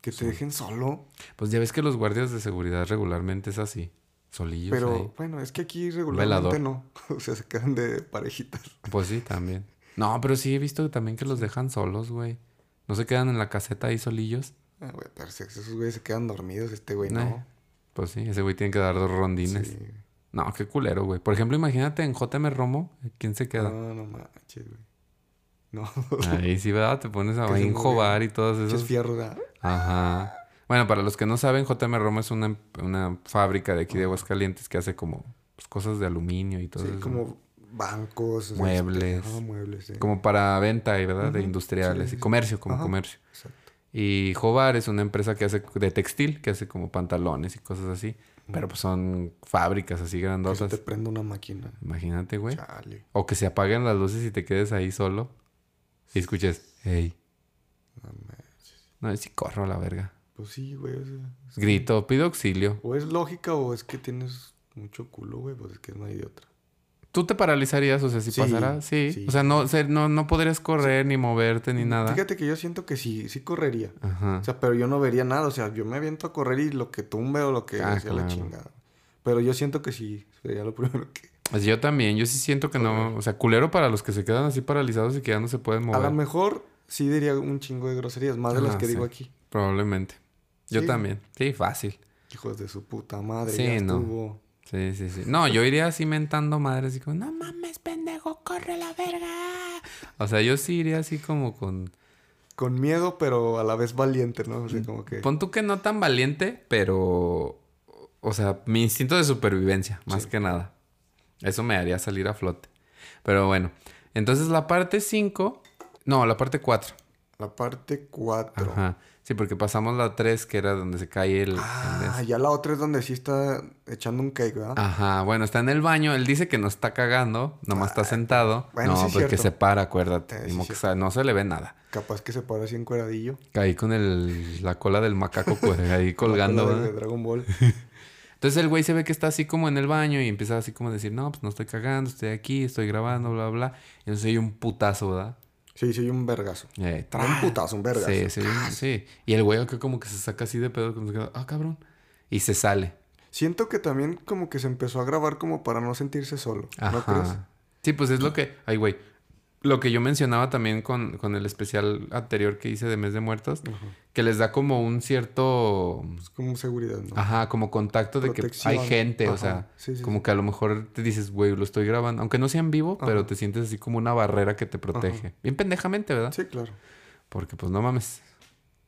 Speaker 2: Que te dejen solo.
Speaker 1: Pues ya ves que los guardias de seguridad regularmente es así, solillos
Speaker 2: Pero
Speaker 1: ahí.
Speaker 2: bueno, es que aquí regularmente
Speaker 1: Velador.
Speaker 2: no. O sea, se quedan de parejitas.
Speaker 1: Pues sí, también. No, pero sí he visto también que los dejan solos, güey. No se quedan en la caseta ahí solillos.
Speaker 2: Ah, güey, pero si esos güeyes se quedan dormidos, este güey no.
Speaker 1: Eh, Pues sí, ese güey tiene que dar dos rondines.
Speaker 2: Sí.
Speaker 1: No, qué culero, güey. Por ejemplo, imagínate en JM Romo, ¿quién se queda?
Speaker 2: No, no manches, güey. No,
Speaker 1: Ahí sí, ¿verdad? Te pones a
Speaker 2: Ah. Que se
Speaker 1: Bain
Speaker 2: mueve.
Speaker 1: Jobar y todos
Speaker 2: es
Speaker 1: Pues esos.
Speaker 2: fierro, ¿verdad?
Speaker 1: Ajá. Bueno, para los que no saben, JM Romo es una, una fábrica de aquí de Aguascalientes que hace como pues, cosas de aluminio y todo
Speaker 2: Sí,
Speaker 1: eso.
Speaker 2: como bancos. este,
Speaker 1: Muebles.
Speaker 2: ah, muebles, sí.
Speaker 1: Como para venta, y ¿verdad? De
Speaker 2: Ujú,
Speaker 1: industriales
Speaker 2: sí,
Speaker 1: y
Speaker 2: sí.
Speaker 1: comercio, como
Speaker 2: Ajá.
Speaker 1: comercio.
Speaker 2: Exacto.
Speaker 1: Y Jobar es una empresa que hace de textil, que hace como pantalones y cosas así. Pero pues son fábricas así
Speaker 2: Que se
Speaker 1: grandotas.
Speaker 2: te prende una máquina.
Speaker 1: Imagínate, güey.
Speaker 2: Chale.
Speaker 1: O que se apaguen las luces y te quedes ahí solo. Y escuches, hey.
Speaker 2: No manches.
Speaker 1: No, si corro a la verga.
Speaker 2: Pues sí, güey. o sea, es-
Speaker 1: Grito, pido auxilio.
Speaker 2: O es lógica o es que tienes mucho culo, güey. Pues es que no hay de otra.
Speaker 1: ¿Tú te paralizarías? O sea, si
Speaker 2: Sí,
Speaker 1: pasara, sí.
Speaker 2: sí. Mm,
Speaker 1: O sea, no, ser- no, no podrías correr, ni moverte, ni nada.
Speaker 2: Fíjate que yo siento que sí, sí correría.
Speaker 1: Ajá.
Speaker 2: O sea, pero yo no vería nada. O sea, yo me aviento a correr y lo que tumbe o lo que
Speaker 1: Ah,
Speaker 2: sea
Speaker 1: claro.
Speaker 2: la chingada. Pero yo siento que sí, sería lo primero que...
Speaker 1: Pues yo también, yo sí siento que no. O sea, culero para los que se quedan así paralizados y que ya no se pueden
Speaker 2: A lo
Speaker 1: mover.
Speaker 2: mejor sí diría un chingo de groserías, más de las
Speaker 1: Ah,
Speaker 2: que
Speaker 1: sí.
Speaker 2: digo aquí.
Speaker 1: Probablemente. Yo
Speaker 2: Sí.
Speaker 1: también. Sí, fácil.
Speaker 2: Hijos de su puta madre,
Speaker 1: Sí,
Speaker 2: ya
Speaker 1: no.
Speaker 2: estuvo.
Speaker 1: Sí, sí, sí. No, yo iría así mentando madre, así como, no mames, pendejo, corre a la verga. O sea, yo sí iría así como con.
Speaker 2: Con miedo, pero a la vez valiente, ¿no?
Speaker 1: Mm,
Speaker 2: O sea, como que...
Speaker 1: Pon tú que no tan valiente, pero. O sea, mi instinto de supervivencia, más
Speaker 2: Sí.
Speaker 1: que nada. Eso me haría salir a flote. Pero bueno. Entonces la parte 5. No, la parte 4.
Speaker 2: La parte 4.
Speaker 1: Ajá. Sí, porque pasamos la 3, que era donde se cae el. el
Speaker 2: Ah,
Speaker 1: des-
Speaker 2: ya la otra es donde sí está echando un cake, ¿verdad?
Speaker 1: Ajá. Bueno, está en el baño. Él dice que no está cagando. Nomás está sentado.
Speaker 2: Ah, bueno,
Speaker 1: no,
Speaker 2: sí es
Speaker 1: porque
Speaker 2: cierto.
Speaker 1: se para, acuérdate.
Speaker 2: Eh,
Speaker 1: Ni
Speaker 2: sí
Speaker 1: modo
Speaker 2: es
Speaker 1: que sa- no se le ve nada.
Speaker 2: Capaz que se para así encueradillo.
Speaker 1: Caí con el, la cola del macaco pues, ahí colgando.
Speaker 2: Con la de,
Speaker 1: ¿verdad?
Speaker 2: de Dragon Ball.
Speaker 1: Entonces el güey se ve que está así como en el baño y empieza así como a decir, no, pues no estoy cagando, estoy aquí, estoy grabando, bla, bla. Y entonces hay un putazo, ¿verdad?
Speaker 2: Sí, sí, un vergazo.
Speaker 1: Eh,
Speaker 2: No
Speaker 1: ¡tras!
Speaker 2: Un putazo, un vergazo.
Speaker 1: Sí, sí, sí. Y el güey acá como que se saca así de pedo, como que, ah, cabrón. Y se sale.
Speaker 2: Siento que también como que se empezó a grabar como para no sentirse solo. ¿No
Speaker 1: Ajá.
Speaker 2: crees?
Speaker 1: Sí, pues es lo que, ay, güey. Lo que yo mencionaba también con, con el especial anterior que hice de Mes de Muertos, que les da como un cierto...
Speaker 2: Es Pues, como seguridad, ¿no?
Speaker 1: Ajá, como contacto de
Speaker 2: Protección.
Speaker 1: que hay gente, o
Speaker 2: Ajá.
Speaker 1: sea,
Speaker 2: Sí, sí,
Speaker 1: como
Speaker 2: sí.
Speaker 1: que a lo mejor te dices, güey, lo estoy grabando, aunque no sea en vivo, pero
Speaker 2: Ajá.
Speaker 1: te sientes así como una barrera que te protege. Bien pendejamente, ¿verdad?
Speaker 2: Sí, claro.
Speaker 1: Porque pues no mames.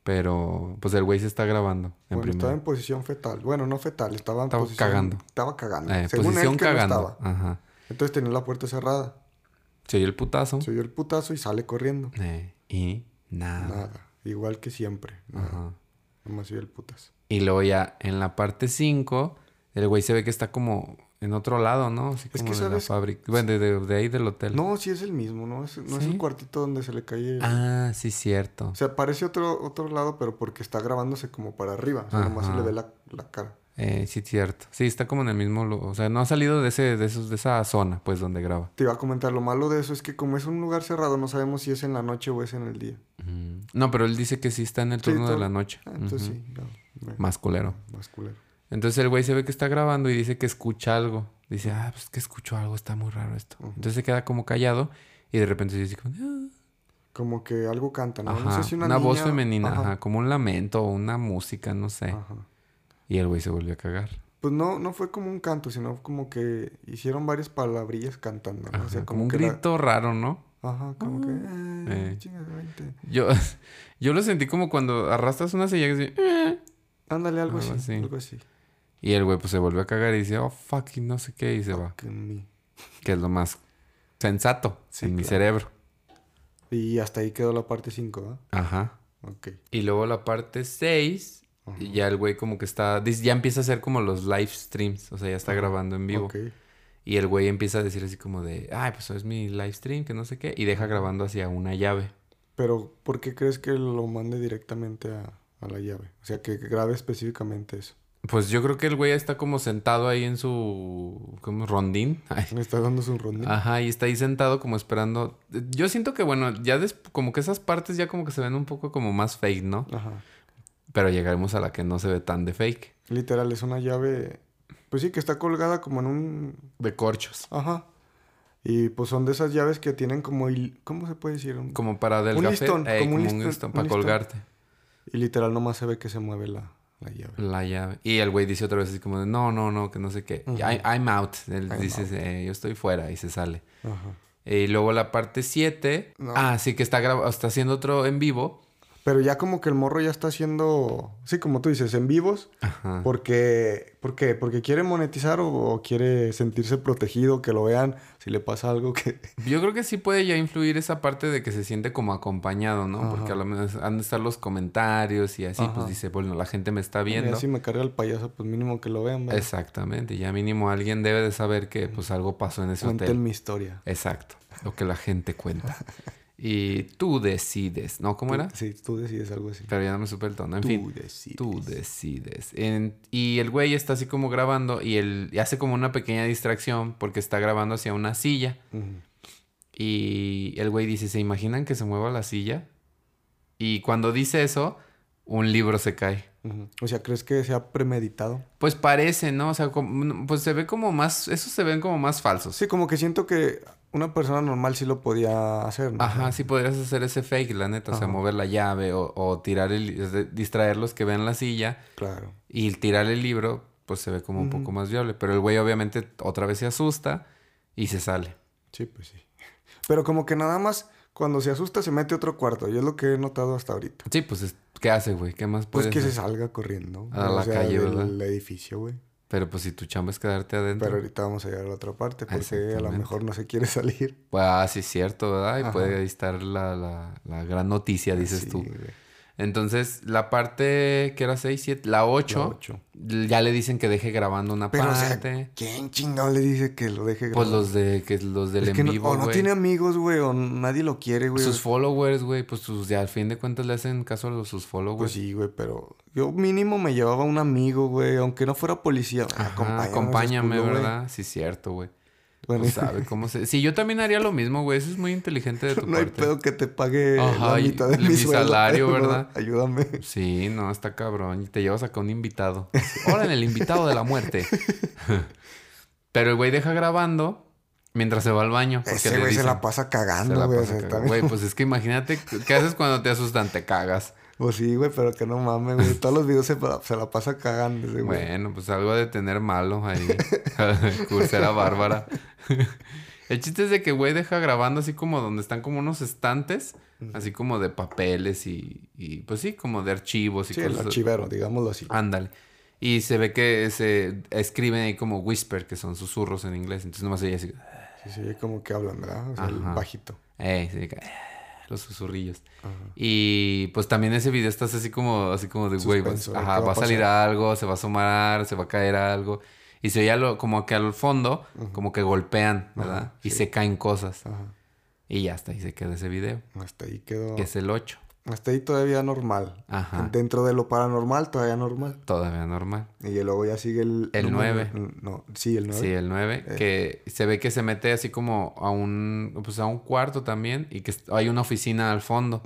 Speaker 1: Pero pues el güey se está grabando en
Speaker 2: bueno,
Speaker 1: primera.
Speaker 2: estaba en posición fetal. Bueno, no fetal, estaba en
Speaker 1: Estaba
Speaker 2: posición...
Speaker 1: cagando.
Speaker 2: Estaba cagando.
Speaker 1: Eh,
Speaker 2: Según
Speaker 1: posición
Speaker 2: él que no
Speaker 1: cagando.
Speaker 2: estaba.
Speaker 1: Ajá.
Speaker 2: Entonces tenía la puerta cerrada.
Speaker 1: Se oyó el putazo.
Speaker 2: Se oyó el putazo y sale corriendo.
Speaker 1: Eh, y nada.
Speaker 2: Nada. Igual que siempre. Nada.
Speaker 1: Ajá.
Speaker 2: Nomás iba el putas.
Speaker 1: Y luego ya en la parte 5, el güey se ve que está como en otro lado, ¿no? Así
Speaker 2: Es
Speaker 1: como
Speaker 2: que
Speaker 1: de la
Speaker 2: sabes-
Speaker 1: fábrica. Bueno, de, de- de ahí del hotel.
Speaker 2: No, sí es el mismo, ¿no? Es- no es
Speaker 1: ¿Sí?
Speaker 2: el cuartito donde se le cae el-
Speaker 1: Ah, sí, cierto.
Speaker 2: O sea, parece otro, otro lado, pero porque está grabándose como para arriba. O sea, nomás se
Speaker 1: Ajá.
Speaker 2: le ve la, la cara.
Speaker 1: Eh, sí, cierto. Sí, está como en el mismo... lu- O sea, no ha salido de, ese, de, esos, de esa zona, pues, donde graba.
Speaker 2: Te iba a comentar, lo malo de eso es que como es un lugar cerrado, no sabemos si es en la noche o es en el día.
Speaker 1: Mm. No, pero él dice que sí está en el
Speaker 2: Sí,
Speaker 1: turno de
Speaker 2: todo-
Speaker 1: la noche.
Speaker 2: Ah, entonces
Speaker 1: Ujú.
Speaker 2: sí, no, me-
Speaker 1: Más culero.
Speaker 2: más culero.
Speaker 1: Entonces el güey se ve que está grabando y dice que escucha algo. Dice, ah, pues que escucho algo, está muy raro esto.
Speaker 2: Ujú.
Speaker 1: Entonces se queda como callado y de repente se dice, como, "Ah".
Speaker 2: Como que algo canta, ¿no?
Speaker 1: ajá,
Speaker 2: no sé si
Speaker 1: una,
Speaker 2: una,
Speaker 1: voz
Speaker 2: niña-
Speaker 1: femenina,
Speaker 2: Ajá, Ah.
Speaker 1: ajá, como un lamento o una música, no sé.
Speaker 2: ajá.
Speaker 1: Y el güey se volvió a cagar.
Speaker 2: Pues no, no fue como un canto, sino como que hicieron varias palabrillas cantando, ¿no?
Speaker 1: Ajá,
Speaker 2: o sea,
Speaker 1: como, un
Speaker 2: que la-
Speaker 1: grito raro, ¿no?
Speaker 2: Ajá, como que...
Speaker 1: eh.
Speaker 2: eh, chinga, vente.
Speaker 1: Yo, yo lo sentí como cuando arrastras una silla y así, "Eh".
Speaker 2: Ándale, algo,
Speaker 1: Algo
Speaker 2: así,
Speaker 1: así.
Speaker 2: algo así.
Speaker 1: Y el güey pues se volvió a cagar y dice, oh, fucking no sé qué, y se va.
Speaker 2: Que mi-
Speaker 1: Que es lo más sensato
Speaker 2: Sí,
Speaker 1: en mi
Speaker 2: claro.
Speaker 1: cerebro.
Speaker 2: Y hasta ahí quedó la parte 5, ¿ah?
Speaker 1: Ajá.
Speaker 2: Ok.
Speaker 1: Y luego la parte 6,
Speaker 2: Ajá.
Speaker 1: ya el güey como que está, dice- ya empieza a hacer como los live streams, o sea, ya está grabando en vivo.
Speaker 2: Ok.
Speaker 1: Y el güey empieza a decir así como de, ay, pues es mi live stream, que no sé qué, y deja grabando hacia una llave.
Speaker 2: Pero, ¿por qué crees que lo mande directamente a, a la llave? O sea, que grabe específicamente eso.
Speaker 1: Pues yo creo que el güey está como sentado ahí en su, como rondín. Ay.
Speaker 2: Le está dando su rondín.
Speaker 1: Ajá, y está ahí sentado como esperando. Yo siento que, bueno, ya des- como que esas partes ya como que se ven un poco como más fake, ¿no?
Speaker 2: Ajá.
Speaker 1: Pero llegaremos a la que no se ve tan de fake.
Speaker 2: Literal, es una llave... Pues sí, que está colgada como en un...
Speaker 1: De corchos.
Speaker 2: Ajá. Y pues son de esas llaves que tienen como... hil- ¿Cómo se puede decir? Un-
Speaker 1: Como para del café.
Speaker 2: listón,
Speaker 1: Ey, como
Speaker 2: como un
Speaker 1: un
Speaker 2: listón,
Speaker 1: listón
Speaker 2: un
Speaker 1: para
Speaker 2: listón.
Speaker 1: colgarte.
Speaker 2: Y literal nomás se ve que se mueve la, la llave.
Speaker 1: La llave. Y el güey dice otra vez así como de, no, no, no, que no sé qué. Y
Speaker 2: Ujú.
Speaker 1: I- I'm out. Él
Speaker 2: I'm
Speaker 1: dice, "Eh, yo estoy fuera y se sale.
Speaker 2: Ajá.
Speaker 1: Y luego la parte 7.
Speaker 2: No.
Speaker 1: Ah, sí, que está, grab- está haciendo otro en vivo.
Speaker 2: Pero ya como que el morro ya está haciendo... Sí, como tú dices, en vivos.
Speaker 1: Ajá.
Speaker 2: Porque... ¿Por qué? Porque quiere monetizar o, o quiere sentirse protegido, que lo vean si le pasa algo que...
Speaker 1: Yo creo que sí puede ya influir esa parte de que se siente como acompañado, ¿no?
Speaker 2: Ajá.
Speaker 1: Porque a lo menos han de estar los comentarios y así, pues
Speaker 2: Ajá.
Speaker 1: dice, bueno, la gente me está
Speaker 2: Mira,
Speaker 1: viendo.
Speaker 2: si me carga el payaso, pues mínimo que lo vean. ¿verdad?
Speaker 1: Exactamente. Ya mínimo alguien debe de saber que pues algo pasó en ese hotel.
Speaker 2: Cuenten mi historia.
Speaker 1: Exacto. Lo que la gente cuenta. Y tú decides, ¿no? ¿Cómo
Speaker 2: Tú-
Speaker 1: era?
Speaker 2: Sí, tú decides algo así.
Speaker 1: Pero ya no me supe el tono. En
Speaker 2: tú
Speaker 1: fin,
Speaker 2: decides.
Speaker 1: tú decides. En- y el güey está así como grabando y él y hace como una pequeña distracción porque está grabando hacia una silla.
Speaker 2: Ujú.
Speaker 1: Y el güey dice, ¿se imaginan que se mueva la silla? Y cuando dice eso, un libro se cae.
Speaker 2: Ujú. O sea, ¿crees que sea premeditado?
Speaker 1: Pues parece, ¿no? O sea, como- pues se ve como más, esos se ven como más falsos.
Speaker 2: Sí, como que siento que una persona normal sí lo podía hacer, ¿no?
Speaker 1: Ajá, sí podrías hacer ese fake, la neta. O sea,
Speaker 2: Ajá.
Speaker 1: mover la llave o, o tirar el... es de- distraerlos que vean la silla.
Speaker 2: Claro.
Speaker 1: Y el tirar el libro, pues se ve como un
Speaker 2: Ujú.
Speaker 1: poco más viable. Pero el güey obviamente otra vez se asusta y se sale.
Speaker 2: Sí, pues sí. Pero como que nada más cuando se asusta se mete a otro cuarto. Yo es lo que he notado hasta ahorita.
Speaker 1: Sí, pues, es- ¿qué hace, güey? ¿Qué más
Speaker 2: Pues
Speaker 1: puedes
Speaker 2: que se
Speaker 1: hacer?
Speaker 2: salga corriendo.
Speaker 1: A la calle,
Speaker 2: del
Speaker 1: ¿verdad?
Speaker 2: edificio, güey.
Speaker 1: Pero pues si tu chamba es quedarte adentro.
Speaker 2: Pero ahorita vamos a llegar a la otra parte porque a lo
Speaker 1: Exactamente.
Speaker 2: mejor no se quiere salir.
Speaker 1: Pues, ah, sí, es cierto, ¿verdad? Y
Speaker 2: Ajá.
Speaker 1: puede ahí estar la, la- la gran noticia, dices
Speaker 2: Sí,
Speaker 1: tú.
Speaker 2: güey.
Speaker 1: Entonces, la parte que era 6, 7, la 8,
Speaker 2: ocho.
Speaker 1: ya le dicen que deje grabando una
Speaker 2: Pero, o sea,
Speaker 1: parte.
Speaker 2: ¿quién chingado le dice que lo deje
Speaker 1: pues
Speaker 2: grabado?
Speaker 1: los de que los del
Speaker 2: Es
Speaker 1: en
Speaker 2: que no-
Speaker 1: vivo,
Speaker 2: O no
Speaker 1: güey. Pues
Speaker 2: tiene amigos, güey, o nadie lo quiere, güey.
Speaker 1: Sus followers, güey, pues sus, ya, al fin de cuentas le hacen caso a los, sus followers.
Speaker 2: Pues sí, güey, pero yo mínimo me llevaba un amigo, güey, aunque no fuera policía.
Speaker 1: Ajá,
Speaker 2: acompáñanos,
Speaker 1: acompáñame,
Speaker 2: culo, güey.
Speaker 1: ¿verdad? Sí, cierto, güey.
Speaker 2: Bueno,
Speaker 1: Pues sabe cómo se... Sí, yo también haría lo mismo, güey. Eso es muy inteligente de tu
Speaker 2: no hay
Speaker 1: parte.
Speaker 2: pedo que te pague
Speaker 1: Ajá,
Speaker 2: la
Speaker 1: y-
Speaker 2: mitad de
Speaker 1: mi
Speaker 2: mi, sueldo,
Speaker 1: salario,
Speaker 2: pero
Speaker 1: ¿verdad?
Speaker 2: Ayúdame.
Speaker 1: Sí, no, está cabrón. Y te llevas acá un invitado. Ahora en el invitado de la muerte. Pero el güey deja grabando mientras se va al baño. Porque
Speaker 2: Ese
Speaker 1: le
Speaker 2: güey se
Speaker 1: dicen-
Speaker 2: la pasa
Speaker 1: se
Speaker 2: cagando,
Speaker 1: la
Speaker 2: güey.
Speaker 1: pasa
Speaker 2: o sea,
Speaker 1: cagando.
Speaker 2: también-
Speaker 1: Güey, pues es que imagínate qué haces cuando te asustan, te cagas.
Speaker 2: Pues sí, güey, pero que no mames, güey. Todos los videos se, pa- se la pasa cagando ese güey.
Speaker 1: Bueno, pues algo de tener malo ahí. Cursera bárbara. El chiste es de que, güey, deja grabando así como donde están como unos estantes, así como de papeles y, y, pues sí, como de archivos y
Speaker 2: sí, el
Speaker 1: cosas.
Speaker 2: archivero, digámoslo así.
Speaker 1: Ándale. Y se ve que se escriben ahí como whisper, que son susurros en inglés. Entonces nomás ella así,
Speaker 2: Sí, sí, como que hablan, ¿verdad? O sea, el
Speaker 1: Ajá.
Speaker 2: bajito.
Speaker 1: "Ey", eh, se dice, Los susurrillos. Y pues también ese video estás así como, así como de, güey, vas-
Speaker 2: Suspenso, ¿de
Speaker 1: ajá,
Speaker 2: qué va
Speaker 1: va a
Speaker 2: a
Speaker 1: salir algo, se va a asomar, se va a caer algo. Y se oía lo- como que al fondo, como que golpean, ¿verdad?
Speaker 2: Ajá,
Speaker 1: Y se caen cosas.
Speaker 2: Ajá.
Speaker 1: Y ya está, y se queda ese video,
Speaker 2: Hasta ahí quedó.
Speaker 1: que es el 8.
Speaker 2: Hasta ahí todavía normal.
Speaker 1: Ajá.
Speaker 2: Dentro de lo paranormal, todavía normal.
Speaker 1: Todavía normal.
Speaker 2: Y luego ya sigue el.
Speaker 1: El
Speaker 2: número- No, sí, el 9.
Speaker 1: Sí, el 9,
Speaker 2: Eh.
Speaker 1: que se ve que se mete así como a un, pues a un cuarto también y que est- hay una oficina al fondo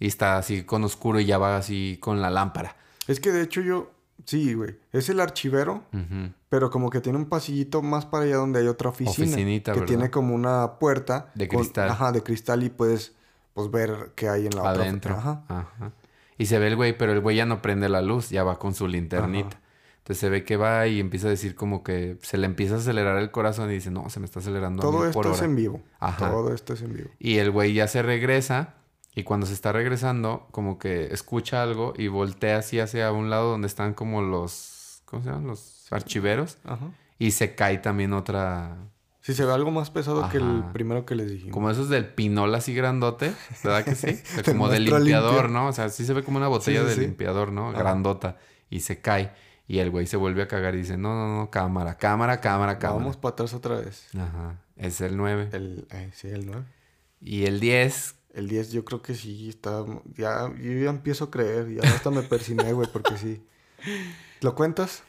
Speaker 1: y está así con oscuro y ya va así con la lámpara.
Speaker 2: Es que de hecho yo. Sí, güey. Es el archivero,
Speaker 1: Ujú.
Speaker 2: pero como que tiene un pasillito más para allá donde hay otra oficina.
Speaker 1: Oficinita,
Speaker 2: que
Speaker 1: ¿verdad?
Speaker 2: tiene como una puerta.
Speaker 1: De
Speaker 2: con-
Speaker 1: cristal.
Speaker 2: ajá, de cristal y puedes pues ver qué hay en la otra.
Speaker 1: Adentro.
Speaker 2: Ajá.
Speaker 1: Ajá. Y se ve el güey, pero el güey ya no prende la luz, ya va con su linternita. Entonces se ve que va y empieza a decir como que se le empieza a acelerar el corazón y dice, no, se me está acelerando a
Speaker 2: Todo
Speaker 1: mil
Speaker 2: esto
Speaker 1: por
Speaker 2: es
Speaker 1: hora".
Speaker 2: en vivo.
Speaker 1: Ajá.
Speaker 2: Todo esto es en vivo.
Speaker 1: Y el güey ya se regresa. Y cuando se está regresando, como que escucha algo y voltea así hacia un lado donde están como los. ¿Cómo se llaman? Los archiveros.
Speaker 2: Ajá.
Speaker 1: Y se cae también otra.
Speaker 2: Si se ve algo más pesado que el
Speaker 1: Ajá.
Speaker 2: primero que les dijimos.
Speaker 1: Como esos del pinol así grandote. ¿Verdad que sí? O sea,
Speaker 2: Del
Speaker 1: como de
Speaker 2: nuestro
Speaker 1: limpiador,
Speaker 2: limpio.
Speaker 1: ¿no? O sea, sí se ve como una botella
Speaker 2: sí,
Speaker 1: de
Speaker 2: sí.
Speaker 1: limpiador, ¿no? Grandota. Y se cae. Y el güey se vuelve a cagar y dice: No, no, no, cámara, cámara, cámara, cámara.
Speaker 2: Vamos para atrás otra vez.
Speaker 1: Ajá. Es el 9.
Speaker 2: El, eh, sí, el 9.
Speaker 1: Y el 10,
Speaker 2: El 10 yo creo que sí está... Ya, yo ya empiezo a creer. Ya hasta me persiné, güey, porque sí. ¿Lo cuentas?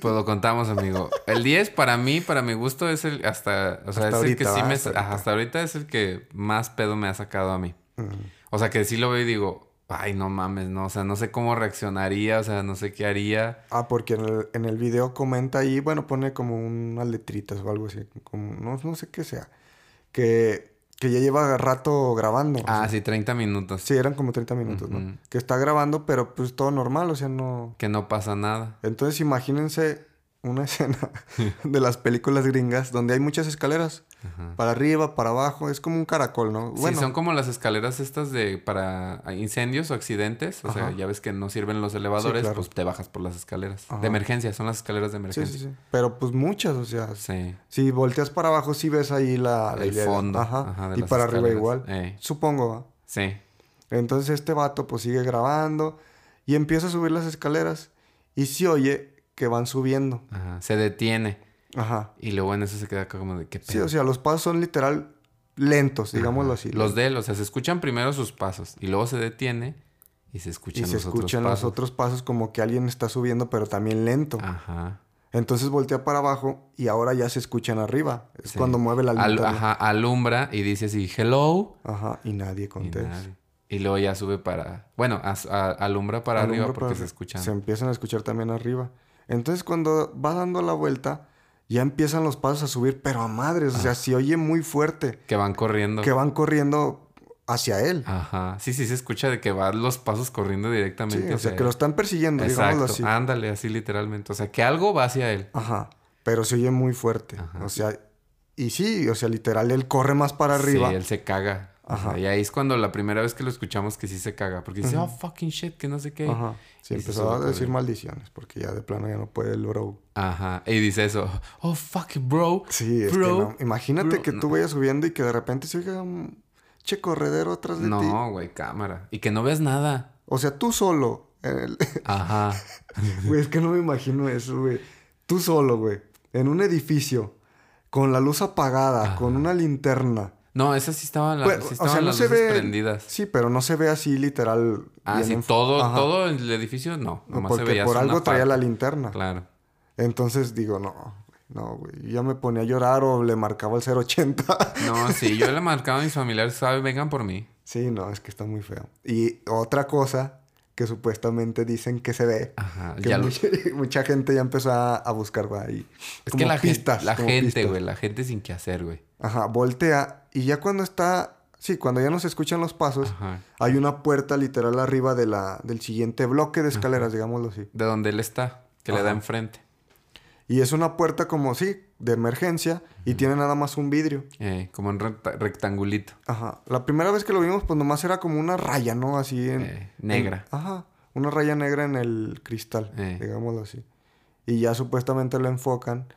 Speaker 1: Pues lo contamos, amigo. El 10 para mí, para mi gusto, es el hasta... O sea, es
Speaker 2: Hasta
Speaker 1: el que
Speaker 2: ahorita,
Speaker 1: sí
Speaker 2: ¿va?
Speaker 1: me...
Speaker 2: Hasta
Speaker 1: Hasta ahorita.
Speaker 2: ahorita.
Speaker 1: es el que más pedo me ha sacado a mí.
Speaker 2: Mm.
Speaker 1: O sea, que sí lo veo y digo... Ay, no mames, no. O sea, no sé cómo reaccionaría. O sea, no sé qué haría.
Speaker 2: Ah, porque en el, en el video comenta ahí, bueno, pone como unas letritas o algo así. Como, no, no sé qué sea. Que, que ya lleva rato grabando. o
Speaker 1: Ah,
Speaker 2: sea,
Speaker 1: sí, 30 minutos.
Speaker 2: sí, eran como 30 minutos,
Speaker 1: Ujú.
Speaker 2: ¿no? Que está grabando, pero pues todo normal, o sea, no...
Speaker 1: Que no pasa nada.
Speaker 2: Entonces imagínense una escena de las películas gringas donde hay muchas escaleras.
Speaker 1: Ajá.
Speaker 2: Para arriba, para abajo, es como un caracol, ¿no?
Speaker 1: sí, son como las escaleras estas de... Para incendios o accidentes. O sea,
Speaker 2: Ajá.
Speaker 1: ya ves que no sirven los elevadores.
Speaker 2: claro.
Speaker 1: Pues te bajas por las escaleras. De
Speaker 2: Ajá.
Speaker 1: emergencia. Son las escaleras de
Speaker 2: Sí,
Speaker 1: emergencia.
Speaker 2: sí, sí. Pero pues muchas, o sea.
Speaker 1: sí.
Speaker 2: Si volteas para abajo, sí ves ahí la... la
Speaker 1: El
Speaker 2: hilera.
Speaker 1: fondo,
Speaker 2: Ajá.
Speaker 1: ajá, de
Speaker 2: y
Speaker 1: las
Speaker 2: para arriba
Speaker 1: escaleras. eh.
Speaker 2: igual.
Speaker 1: Ey.
Speaker 2: Supongo, ¿va?
Speaker 1: sí.
Speaker 2: Entonces este vato pues sigue grabando y empieza a subir las escaleras y se oye que van subiendo.
Speaker 1: Ajá. Se detiene.
Speaker 2: Ajá.
Speaker 1: Y luego en eso se queda acá como de qué pedo.
Speaker 2: Sí, o sea, los pasos son literal lentos, digámoslo así.
Speaker 1: Los de él, o sea, se escuchan primero sus pasos y luego se detiene y se escuchan
Speaker 2: y se
Speaker 1: los
Speaker 2: escuchan
Speaker 1: otros pasos. Ah.
Speaker 2: los otros pasos como que alguien está subiendo, pero también lento.
Speaker 1: Ajá.
Speaker 2: Entonces voltea para abajo y ahora ya se escuchan arriba. Es
Speaker 1: Sí.
Speaker 2: cuando mueve la
Speaker 1: Al-
Speaker 2: linterna. Ajá.
Speaker 1: ajá, alumbra y dice así, hello.
Speaker 2: Y nadie
Speaker 1: Y,
Speaker 2: contesta.
Speaker 1: nadie. Y luego ya sube para. Bueno, as- a- alumbra para
Speaker 2: Alumbra
Speaker 1: arriba porque
Speaker 2: para-
Speaker 1: se escuchan.
Speaker 2: Se empiezan a escuchar también arriba. Entonces, cuando va dando la vuelta, ya empiezan los pasos a subir, pero a madres. O sea, se oye muy fuerte
Speaker 1: Que van corriendo.
Speaker 2: que van corriendo hacia
Speaker 1: Ah,
Speaker 2: él.
Speaker 1: Ajá. Sí, sí, se escucha de que van los pasos corriendo
Speaker 2: Sí,
Speaker 1: directamente.
Speaker 2: o
Speaker 1: hacia
Speaker 2: sea, que lo
Speaker 1: él.
Speaker 2: están persiguiendo, digámoslo
Speaker 1: Exacto. Ah.
Speaker 2: así.
Speaker 1: Ándale, así literalmente. O sea, que algo va hacia él.
Speaker 2: Ajá. Pero se oye muy fuerte.
Speaker 1: Ajá.
Speaker 2: O sea, y sí, o sea, literal, él corre más para arriba.
Speaker 1: Sí, él se caga. O sea,
Speaker 2: Ajá.
Speaker 1: y ahí es cuando la primera vez que lo escuchamos que sí se caga. Porque dice, oh, fucking shit, que no sé qué.
Speaker 2: Ajá. Sí,
Speaker 1: Y se
Speaker 2: empezó
Speaker 1: sube
Speaker 2: a
Speaker 1: por
Speaker 2: decir
Speaker 1: ahí.
Speaker 2: maldiciones, porque ya de plano ya no puede el bro.
Speaker 1: Ajá. Y dice eso, oh, fuck, bro.
Speaker 2: Sí, es
Speaker 1: Bro,
Speaker 2: que no. Imagínate
Speaker 1: bro,
Speaker 2: que tú vayas subiendo y que de repente se oiga un che corredero atrás de ti.
Speaker 1: No, güey, cámara. Y que no veas nada.
Speaker 2: O sea, tú solo. El-
Speaker 1: Ajá.
Speaker 2: Güey, es que no me imagino eso, güey. Tú solo, güey. En un edificio. Con la luz apagada. Con una linterna.
Speaker 1: No, esas sí estaban las,
Speaker 2: Pues,
Speaker 1: sí estaban las luces prendidas.
Speaker 2: Sí, pero no se ve así literal.
Speaker 1: Ah,
Speaker 2: bien
Speaker 1: sí,
Speaker 2: enf-
Speaker 1: todo,
Speaker 2: Ajá.
Speaker 1: todo el edificio, no. Nomás se
Speaker 2: Porque
Speaker 1: veía
Speaker 2: por
Speaker 1: así
Speaker 2: algo
Speaker 1: una
Speaker 2: traía la
Speaker 1: parte.
Speaker 2: linterna.
Speaker 1: Claro.
Speaker 2: Entonces digo, no, güey, no, güey. Ya me ponía a llorar o le marcaba el 080.
Speaker 1: No, sí, yo le he marcado a mis familiares, ¿sabes? Vengan por mí.
Speaker 2: sí, no, es que está muy feo. Y otra cosa que supuestamente dicen que se ve.
Speaker 1: Ajá.
Speaker 2: Que
Speaker 1: ya lo-
Speaker 2: mucha, mucha gente ya empezó a, a buscar va, ahí.
Speaker 1: Es
Speaker 2: como
Speaker 1: que la
Speaker 2: pistas,
Speaker 1: gente, la
Speaker 2: como
Speaker 1: gente,
Speaker 2: pistas.
Speaker 1: güey, la gente sin qué hacer, güey.
Speaker 2: Ajá, voltea. Y ya cuando está. Sí, cuando ya no se escuchan los pasos,
Speaker 1: Ajá.
Speaker 2: hay una puerta literal arriba de la, del siguiente bloque de escaleras, digámoslo así.
Speaker 1: De donde él está, que le da
Speaker 2: Ajá.
Speaker 1: enfrente.
Speaker 2: Y es una puerta como, sí, de emergencia y tiene nada más un vidrio.
Speaker 1: Eh, como en recta- rectangulito.
Speaker 2: Ajá. La primera vez que lo vimos, pues nomás era como una raya, ¿no? Así en...
Speaker 1: Eh, negra.
Speaker 2: en- ajá. Una raya negra en el cristal,
Speaker 1: Eh.
Speaker 2: digámoslo así. Y ya supuestamente lo enfocan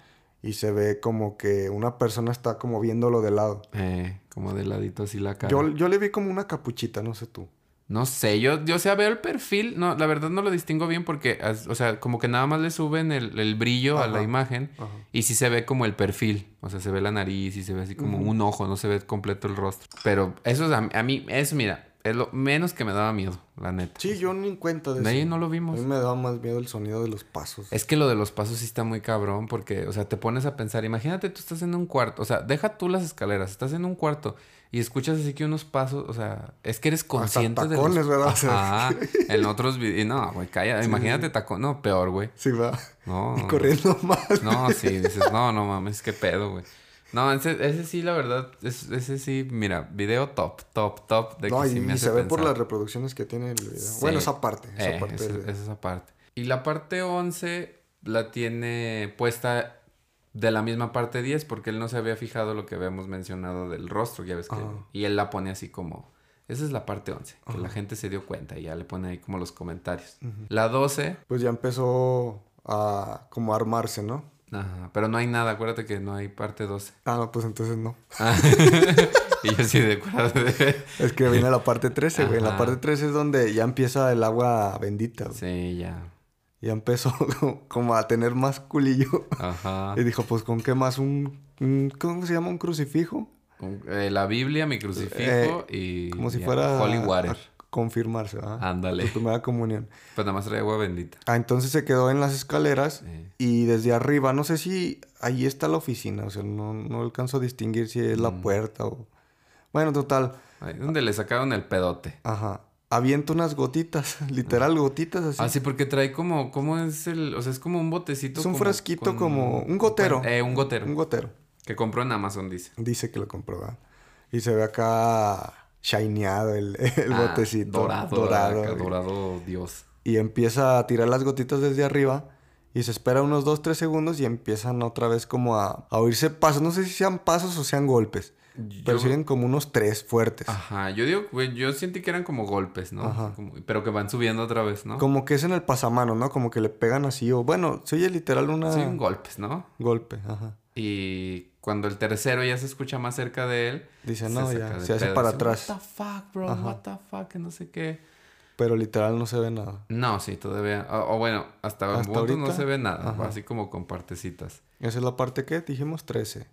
Speaker 2: y se ve como que una persona está como viéndolo de lado.
Speaker 1: Eh, como de ladito así la cara.
Speaker 2: Yo, yo le vi como una capuchita, no sé tú.
Speaker 1: No sé, yo, yo o sea, veo el perfil, no, la verdad no lo distingo bien porque, as- o sea, como que nada más le suben el, el brillo a la
Speaker 2: Ajá.
Speaker 1: imagen
Speaker 2: Ajá.
Speaker 1: y sí se ve como el perfil, o sea, se ve la nariz y se ve así como
Speaker 2: Ujú.
Speaker 1: un ojo, no se ve completo el rostro. Pero eso es a, mí- a mí, eso mira, es lo menos que me daba miedo, la neta.
Speaker 2: Sí, yo ni en cuenta de,
Speaker 1: De ahí
Speaker 2: eso.
Speaker 1: no lo
Speaker 2: A
Speaker 1: vimos.
Speaker 2: mí me daba más miedo el sonido de los pasos.
Speaker 1: Es que lo de los pasos sí está muy cabrón porque, o sea, te pones a pensar, imagínate tú estás en un cuarto, o sea, deja tú las escaleras, estás en un cuarto y escuchas así que unos pasos, o sea, es que eres consciente de
Speaker 2: tacones,
Speaker 1: los...
Speaker 2: ¿verdad? O sea,
Speaker 1: Ajá, en otros videos, no, güey, calla,
Speaker 2: Sí,
Speaker 1: imagínate tacón, no, peor, güey.
Speaker 2: Sí, va.
Speaker 1: No.
Speaker 2: Y
Speaker 1: no,
Speaker 2: corriendo más.
Speaker 1: No, sí, dices, no, no mames, qué pedo, güey. No, ese, ese sí, la verdad, es- ese sí, mira, video top, top, top de
Speaker 2: No,
Speaker 1: que
Speaker 2: y,
Speaker 1: sí me
Speaker 2: y
Speaker 1: hace
Speaker 2: se ve por
Speaker 1: pensar.
Speaker 2: las reproducciones que tiene el video.
Speaker 1: Sí.
Speaker 2: Bueno, esa parte. Esa
Speaker 1: Eh,
Speaker 2: parte.
Speaker 1: esa-
Speaker 2: de-
Speaker 1: esa es esa parte. Y la parte 11 la tiene puesta de la misma parte 10 porque él no se había fijado lo que habíamos mencionado del rostro, ya ves que...
Speaker 2: Ajá.
Speaker 1: Y él la pone así como... Esa es la parte 11, que la
Speaker 2: Ajá.
Speaker 1: gente se dio cuenta y ya le pone ahí como los comentarios. La 12,
Speaker 2: Pues ya empezó a como a armarse, ¿no?
Speaker 1: ajá, pero no hay nada, acuérdate que no hay parte 12.
Speaker 2: Ah, no, pues entonces no.
Speaker 1: Ah, y yo sí de acuerdo.
Speaker 2: Es que viene la parte 13, güey. En la
Speaker 1: Ajá.
Speaker 2: parte 13 es donde ya empieza el agua bendita, güey.
Speaker 1: Sí, ya.
Speaker 2: Ya empezó como- como a tener más culillo.
Speaker 1: Ajá.
Speaker 2: Y dijo, pues, ¿con qué más? ¿Un, un- cómo se llama? ¿Un crucifijo?
Speaker 1: Un- eh, la Biblia, mi crucifijo y...
Speaker 2: Eh, Como si
Speaker 1: y
Speaker 2: fuera...
Speaker 1: Holy
Speaker 2: a
Speaker 1: Water.
Speaker 2: confirmarse, ¿verdad?
Speaker 1: Ándale.
Speaker 2: Su primera comunión.
Speaker 1: Pues nada más trae agua bendita.
Speaker 2: Ah, entonces se quedó en las escaleras
Speaker 1: Sí.
Speaker 2: y desde arriba, no sé si ahí está la oficina, o sea, no, no alcanzo a distinguir si es
Speaker 1: Mm.
Speaker 2: la puerta o... Bueno, total,
Speaker 1: Ahí es donde le sacaron el pedote.
Speaker 2: ajá. Avienta unas gotitas, literal gotitas así.
Speaker 1: Ah, sí, porque trae como, ¿cómo es el? O sea, es como un botecito.
Speaker 2: Es un
Speaker 1: como
Speaker 2: frasquito
Speaker 1: con-
Speaker 2: como- un gotero.
Speaker 1: Eh, un gotero.
Speaker 2: Un gotero.
Speaker 1: Que compró en Amazon, dice.
Speaker 2: Dice que lo compró, ¿verdad? Y se ve acá shineado el, el
Speaker 1: Ah,
Speaker 2: botecito.
Speaker 1: Dorado.
Speaker 2: Dorado.
Speaker 1: Dorado.
Speaker 2: güey.
Speaker 1: dorado Dios.
Speaker 2: Y empieza a tirar las gotitas desde arriba. Y se espera unos 2, 3 segundos y empiezan otra vez como a, a oírse pasos. No sé si sean pasos o sean golpes. Pero
Speaker 1: Yo-
Speaker 2: siguen como unos tres fuertes.
Speaker 1: Ajá, yo digo, güey, yo sentí que eran como golpes, ¿no?
Speaker 2: Ajá.
Speaker 1: Así como- pero que van subiendo otra vez, ¿no?
Speaker 2: Como que es en el pasamano, ¿no? Como que le pegan así. O bueno, se oye literal una...
Speaker 1: Sí, golpes, ¿no?
Speaker 2: golpe. Ajá.
Speaker 1: Y cuando el tercero ya se escucha más cerca de él.
Speaker 2: Dice, no,
Speaker 1: saca
Speaker 2: ya.
Speaker 1: de
Speaker 2: Se hace
Speaker 1: pedo,
Speaker 2: para
Speaker 1: dice,
Speaker 2: atrás.
Speaker 1: What the fuck, bro,
Speaker 2: Ajá.
Speaker 1: what the fuck, que no sé qué.
Speaker 2: Pero literal no se ve nada.
Speaker 1: No, sí, todavía. O, o bueno, hasta, el
Speaker 2: Hasta
Speaker 1: punto no
Speaker 2: ahorita,
Speaker 1: se ve nada,
Speaker 2: ajá.
Speaker 1: así como con partecitas.
Speaker 2: Esa es la parte que dijimos 13.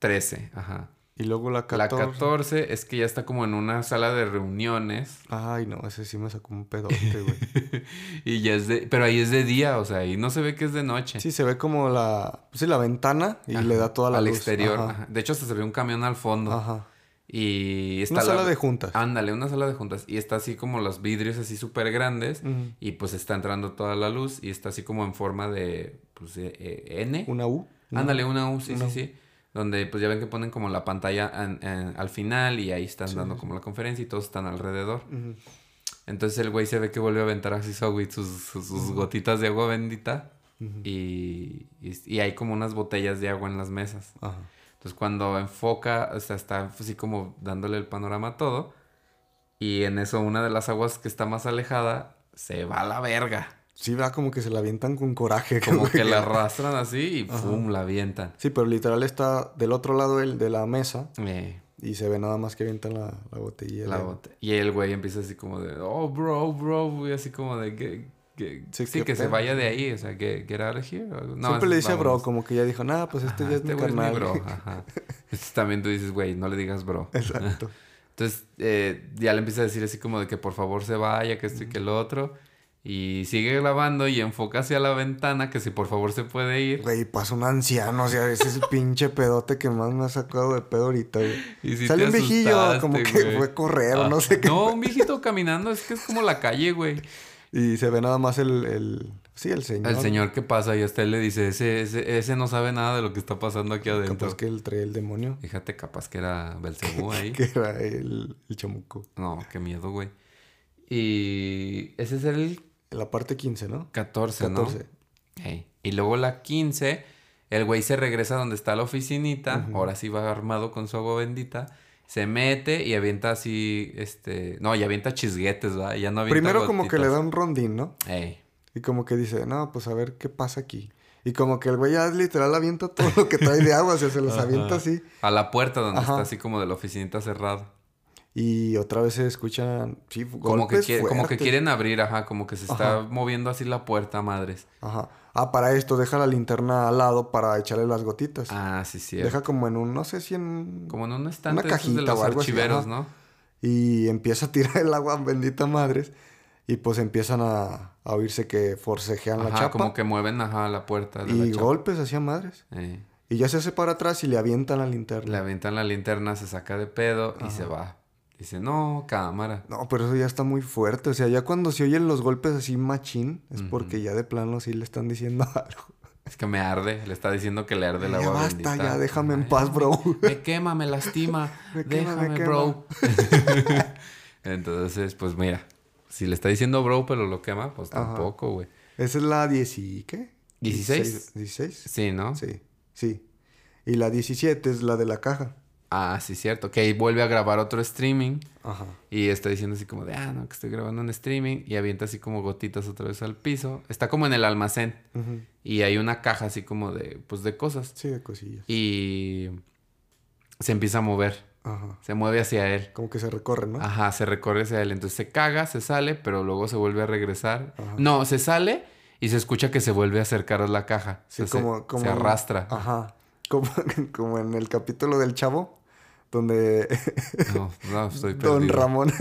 Speaker 1: 13, ajá.
Speaker 2: Y luego la 14.
Speaker 1: La 14 es que ya está como en una sala de reuniones
Speaker 2: Ay, no, ese sí me sacó un pedote, güey.
Speaker 1: y ya es de. Pero ahí es de día, o sea, ahí no se ve que es de noche.
Speaker 2: Sí, se ve como la... Sí, la ventana y
Speaker 1: Ajá,
Speaker 2: le da toda la
Speaker 1: Al
Speaker 2: luz.
Speaker 1: exterior.
Speaker 2: Ajá.
Speaker 1: ajá. De hecho, hasta se ve un camión al fondo.
Speaker 2: Ajá.
Speaker 1: Y está
Speaker 2: Una
Speaker 1: la- Ah.
Speaker 2: sala de juntas.
Speaker 1: Ándale, una sala de juntas. Y está así como los vidrios así súper grandes.
Speaker 2: Ujú.
Speaker 1: Y pues está entrando toda la luz y está así como en forma de pues, de, eh, N.
Speaker 2: Una U. ¿no?
Speaker 1: Ándale, una U, sí,
Speaker 2: Una U.
Speaker 1: sí, sí. Donde pues ya ven que ponen como la pantalla an- an- al final y ahí están
Speaker 2: Sí,
Speaker 1: dando
Speaker 2: sí,
Speaker 1: como la conferencia y todos están alrededor.
Speaker 2: Ujú.
Speaker 1: Entonces el güey se ve que volvió a aventar así su agüit- sus, sus- sus gotitas de agua bendita
Speaker 2: Ujú.
Speaker 1: y, y- y hay como unas botellas de agua en las mesas.
Speaker 2: Ajá.
Speaker 1: Entonces cuando enfoca, o sea, está así como dándole el panorama a todo y en eso una de las aguas que está más alejada se va a la verga.
Speaker 2: Sí, va como que se la avientan con coraje.
Speaker 1: Como
Speaker 2: güey.
Speaker 1: que la arrastran así y ¡pum! la avientan.
Speaker 2: Sí, pero literal está del otro lado del- de la mesa
Speaker 1: Eh,
Speaker 2: y se ve nada más que avientan la, la botella.
Speaker 1: La
Speaker 2: de-
Speaker 1: bota. Y el güey empieza así como de, oh, bro, bro, güey, así como de, que, que-
Speaker 2: Sí,
Speaker 1: sí,
Speaker 2: qué
Speaker 1: que se
Speaker 2: pedo.
Speaker 1: vaya de ahí, o sea, que get out of here. o algo. No,
Speaker 2: Siempre
Speaker 1: es-
Speaker 2: le dice a bro,
Speaker 1: vámonos.
Speaker 2: como que ya dijo, nada, pues este
Speaker 1: Ajá,
Speaker 2: ya es mi
Speaker 1: güey
Speaker 2: carnal.
Speaker 1: bro, ajá. Entonces también tú dices, güey, no le digas bro.
Speaker 2: Exacto.
Speaker 1: Entonces eh, ya le empieza a decir así como de que por favor se vaya, que esto y que el otro. Y sigue grabando y enfoca hacia la ventana, que si por favor se puede ir.
Speaker 2: Güey, pasa un anciano, o sea, ese es el pinche pedote que más me ha sacado de pedo ahorita, güey.
Speaker 1: Y si
Speaker 2: Sale
Speaker 1: te
Speaker 2: un viejillo,
Speaker 1: asustaste,
Speaker 2: como que
Speaker 1: güey.
Speaker 2: fue a correr, o no sé
Speaker 1: Ajá.
Speaker 2: qué.
Speaker 1: No, un viejito caminando, es que es como la calle, güey.
Speaker 2: Y se ve nada más el, el... Sí, el señor.
Speaker 1: El señor que pasa y a usted le dice, ese, ese, ese no sabe nada de lo que está pasando aquí adentro.
Speaker 2: Capaz que él trae el demonio.
Speaker 1: Fíjate, capaz que era Belcebú ahí.
Speaker 2: Que era el, el chamuco.
Speaker 1: No, qué miedo, güey. Y ese es el
Speaker 2: En la parte 15, ¿no?
Speaker 1: 14, ¿no?
Speaker 2: 14.
Speaker 1: Ey. Y luego la 15, el güey se regresa donde está la oficinita,
Speaker 2: Ujú.
Speaker 1: ahora sí va armado con su agua bendita, se mete y avienta así, este... No, y avienta chisguetes, ¿verdad? Ya no avienta
Speaker 2: Primero como que le da
Speaker 1: gotitas.
Speaker 2: un rondín, ¿no?
Speaker 1: Ey.
Speaker 2: Y como que dice, no, pues a ver qué pasa aquí. Y como que el güey ya literal avienta todo lo que trae de agua, o sea, se los avienta así.
Speaker 1: A la puerta donde
Speaker 2: Ajá.
Speaker 1: está así como de la oficinita cerrada.
Speaker 2: Y otra vez se escuchan, sí,
Speaker 1: Como que,
Speaker 2: golpes
Speaker 1: quiere- como que
Speaker 2: fuertes.
Speaker 1: quieren abrir, ajá, como que se está moviendo así la puerta, madres.
Speaker 2: Ajá. Ah, para esto, deja la linterna al lado para echarle las gotitas.
Speaker 1: Ah, sí, sí.
Speaker 2: deja como en un, no sé si en...
Speaker 1: Como en un estante
Speaker 2: Una
Speaker 1: esos de
Speaker 2: cajita
Speaker 1: los
Speaker 2: o algo así,
Speaker 1: archiveros,
Speaker 2: ajá.
Speaker 1: ¿no?
Speaker 2: Y empieza a tirar el agua, bendita madres. Y pues empiezan a, a oírse que forcejean la
Speaker 1: Ajá,
Speaker 2: chapa.
Speaker 1: como que mueven, ajá, la puerta de
Speaker 2: y
Speaker 1: la chapa.
Speaker 2: golpes hacia madres.
Speaker 1: Eh,
Speaker 2: Y ya se hace para atrás y le avientan la linterna.
Speaker 1: le avientan la linterna, se saca de pedo y se va. Dice, no, cámara.
Speaker 2: No, pero eso ya está muy fuerte. O sea, ya cuando se oyen los golpes así machín, es porque ya de plano sí le están diciendo algo.
Speaker 1: Es que me arde. Le está diciendo que le arde la
Speaker 2: ya
Speaker 1: agua
Speaker 2: basta,
Speaker 1: bendita.
Speaker 2: ya déjame en
Speaker 1: Ay,
Speaker 2: paz, bro.
Speaker 1: Me quema, me lastima.
Speaker 2: Me quema,
Speaker 1: déjame,
Speaker 2: me quema.
Speaker 1: bro. Entonces, pues mira. Si le está diciendo bro, pero lo quema, pues
Speaker 2: Ajá.
Speaker 1: tampoco, güey.
Speaker 2: Esa es la 10 y ¿qué?
Speaker 1: ¿Dieciséis?
Speaker 2: ¿16?
Speaker 1: Sí, ¿no?
Speaker 2: Sí, sí. Y la 17 es la de la caja.
Speaker 1: Ah, sí, cierto. Que ahí vuelve a grabar otro streaming.
Speaker 2: Ajá.
Speaker 1: Y está diciendo así como de, ah, no, que estoy grabando un streaming. Y avienta así como gotitas otra vez al piso. Está como en el almacén.
Speaker 2: Ujú.
Speaker 1: Y hay una caja así como de, pues, de cosas.
Speaker 2: Sí, de cosillas.
Speaker 1: Y se empieza a mover.
Speaker 2: Ajá.
Speaker 1: Se mueve hacia él.
Speaker 2: Como que se recorre, ¿no?
Speaker 1: Ajá, se recorre hacia él. Entonces se caga, se sale, pero luego se vuelve a regresar.
Speaker 2: Ajá.
Speaker 1: No, se sale y se escucha que se vuelve a acercar a la caja.
Speaker 2: Sí,
Speaker 1: O sea, se-
Speaker 2: como, como Ah.
Speaker 1: se
Speaker 2: en-
Speaker 1: arrastra.
Speaker 2: Ajá. Como, como en el capítulo del chavo, donde
Speaker 1: No, no, estoy perdido.
Speaker 2: Don Ramón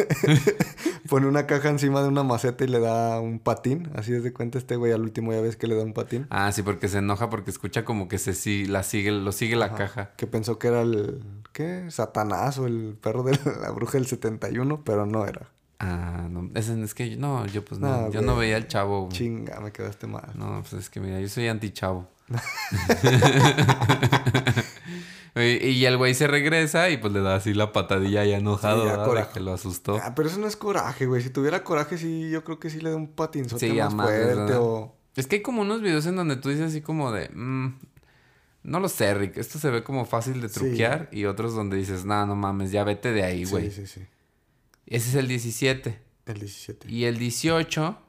Speaker 2: pone una caja encima de una maceta y le da un patín. Así es de cuenta este güey al último ya ves que le da un patín.
Speaker 1: Ah, sí, porque se enoja porque escucha como que se si- la sigue, lo sigue la
Speaker 2: Ajá.
Speaker 1: caja.
Speaker 2: Que pensó que era el. ¿Qué? Satanás o el perro de la bruja del 71, pero no era.
Speaker 1: Ah, no. Es, es que yo, no, yo pues no.
Speaker 2: No,
Speaker 1: yo no
Speaker 2: Ah, güey.
Speaker 1: veía al chavo. güey.
Speaker 2: Chinga, me quedaste mal.
Speaker 1: No, pues es que mira, yo soy anti-chavo. y, y el güey se regresa y pues le da así la patadilla ya enojado,
Speaker 2: Sí, ya
Speaker 1: ¿verdad? De
Speaker 2: coraje.
Speaker 1: que lo asustó.
Speaker 2: Ah, pero eso no es coraje, güey. Si tuviera coraje, sí, yo creo que sí le da un patinzote
Speaker 1: Sí, ya
Speaker 2: más
Speaker 1: más,
Speaker 2: fuerte
Speaker 1: ¿verdad?
Speaker 2: o.
Speaker 1: Es que hay como unos videos en donde tú dices así como de... "Mm, no lo sé, Rick. Esto se ve como fácil de
Speaker 2: Sí.
Speaker 1: truquear. Y otros donde dices, nah, no mames, ya vete de ahí, güey.
Speaker 2: Sí, sí, sí.
Speaker 1: Ese es el 17.
Speaker 2: El 17.
Speaker 1: Y el 18...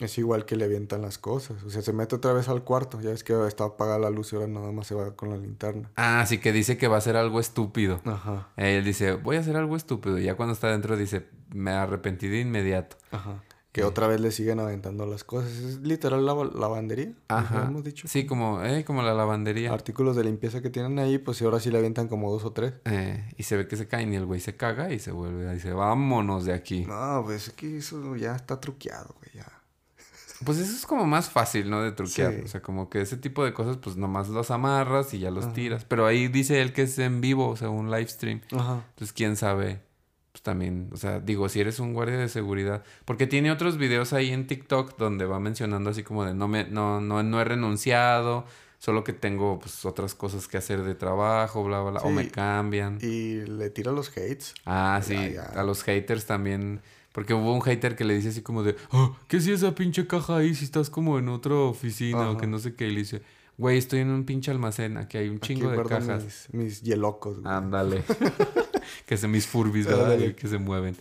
Speaker 2: Es igual que le avientan las cosas. O sea, se mete otra vez al cuarto. Ya ves que está apagada la luz y ahora nada más se va con la linterna.
Speaker 1: Ah, sí que dice que va a hacer algo estúpido.
Speaker 2: Ajá.
Speaker 1: Él dice, voy a hacer algo estúpido. Y ya cuando está adentro dice, me arrepentí de inmediato.
Speaker 2: Ajá. Que otra vez le siguen aventando las cosas. Es literal la lavandería.
Speaker 1: Ajá.
Speaker 2: Ajá. Hemos dicho.
Speaker 1: Sí, como, eh, como la lavandería.
Speaker 2: Artículos de limpieza que tienen ahí, pues y ahora sí le avientan como dos o tres.
Speaker 1: Eh, y se ve que se caen y el güey se caga y se vuelve. Y dice, vámonos de aquí.
Speaker 2: No, pues es que eso ya está truqueado, güey. Ya.
Speaker 1: Pues eso es como más fácil, ¿no? De truquear.
Speaker 2: Sí.
Speaker 1: O sea, como que ese tipo de cosas, pues nomás los amarras y ya los tiras. Pero ahí dice él que es en vivo, o sea, un live stream.
Speaker 2: Ajá.
Speaker 1: Entonces, quién sabe. Pues también, o sea, digo, si eres un guardia de seguridad. Porque tiene otros videos ahí en TikTok donde va mencionando así como de no me, no, no, no he renunciado, solo que tengo pues otras cosas que hacer de trabajo, bla, bla, bla. O
Speaker 2: Sí.
Speaker 1: me cambian.
Speaker 2: Y le tira los hates.
Speaker 1: Ah, sí,
Speaker 2: Ya, ya.
Speaker 1: a los haters también. Porque hubo un hater que le dice así como de, "Ah, ¿qué si esa pinche caja ahí? Si estás como en otra oficina o
Speaker 2: Ajá.
Speaker 1: que no sé qué. Y le dice, güey, estoy en un pinche almacén, aquí hay un
Speaker 2: Aquí
Speaker 1: chingo de
Speaker 2: guardo
Speaker 1: cajas.
Speaker 2: Mis, mis hielocos, güey.
Speaker 1: Ándale. que se mis furbis, ¿verdad?
Speaker 2: Ándale.
Speaker 1: Y que se mueven.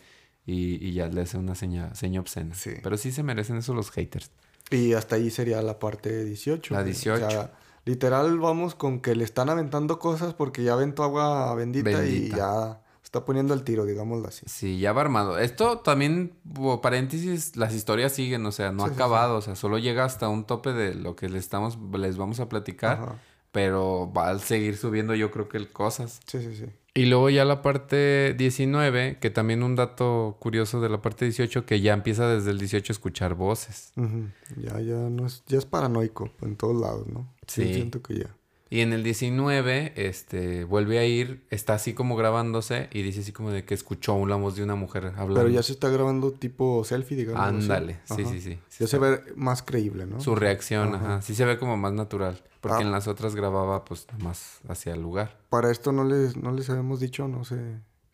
Speaker 1: Y, y ya le hace una seña, seña obscena.
Speaker 2: Sí.
Speaker 1: Pero sí se merecen eso los haters.
Speaker 2: Y hasta ahí sería la parte 18.
Speaker 1: La
Speaker 2: güey.
Speaker 1: 18.
Speaker 2: O sea, literal vamos con que le están aventando cosas porque ya aventó agua bendita,
Speaker 1: Bendita.
Speaker 2: y ya está poniendo el tiro, digámoslo así.
Speaker 1: Sí, ya va armado. Esto también, como paréntesis, las historias siguen, o sea, no
Speaker 2: Sí,
Speaker 1: ha
Speaker 2: sí,
Speaker 1: acabado, o sea, solo llega hasta un tope de lo que le estamos, les vamos a platicar,
Speaker 2: Ajá.
Speaker 1: pero va a seguir subiendo yo creo que el- cosas.
Speaker 2: Sí, sí, sí.
Speaker 1: Y luego ya la parte 19, que también un dato curioso de la parte 18, que ya empieza desde el 18 a escuchar voces.
Speaker 2: Ujú. Ya, ya no es, ya es paranoico en todos lados, ¿no?
Speaker 1: Sí.
Speaker 2: Yo siento que ya.
Speaker 1: Y en el 19, este, vuelve a ir, está así como grabándose y dice así como de que escuchó la voz de una mujer hablando.
Speaker 2: Pero ya se está grabando tipo selfie, digamos. así.
Speaker 1: Ándale, sí,
Speaker 2: Ajá.
Speaker 1: sí, sí. Sí
Speaker 2: Ya se
Speaker 1: está-
Speaker 2: ve más creíble, ¿no?
Speaker 1: Su reacción, ajá.
Speaker 2: Ajá.
Speaker 1: Sí se ve como más natural. Porque
Speaker 2: Ah.
Speaker 1: en las otras grababa, pues, más hacia el lugar.
Speaker 2: Para esto no les, no les habíamos dicho, no sé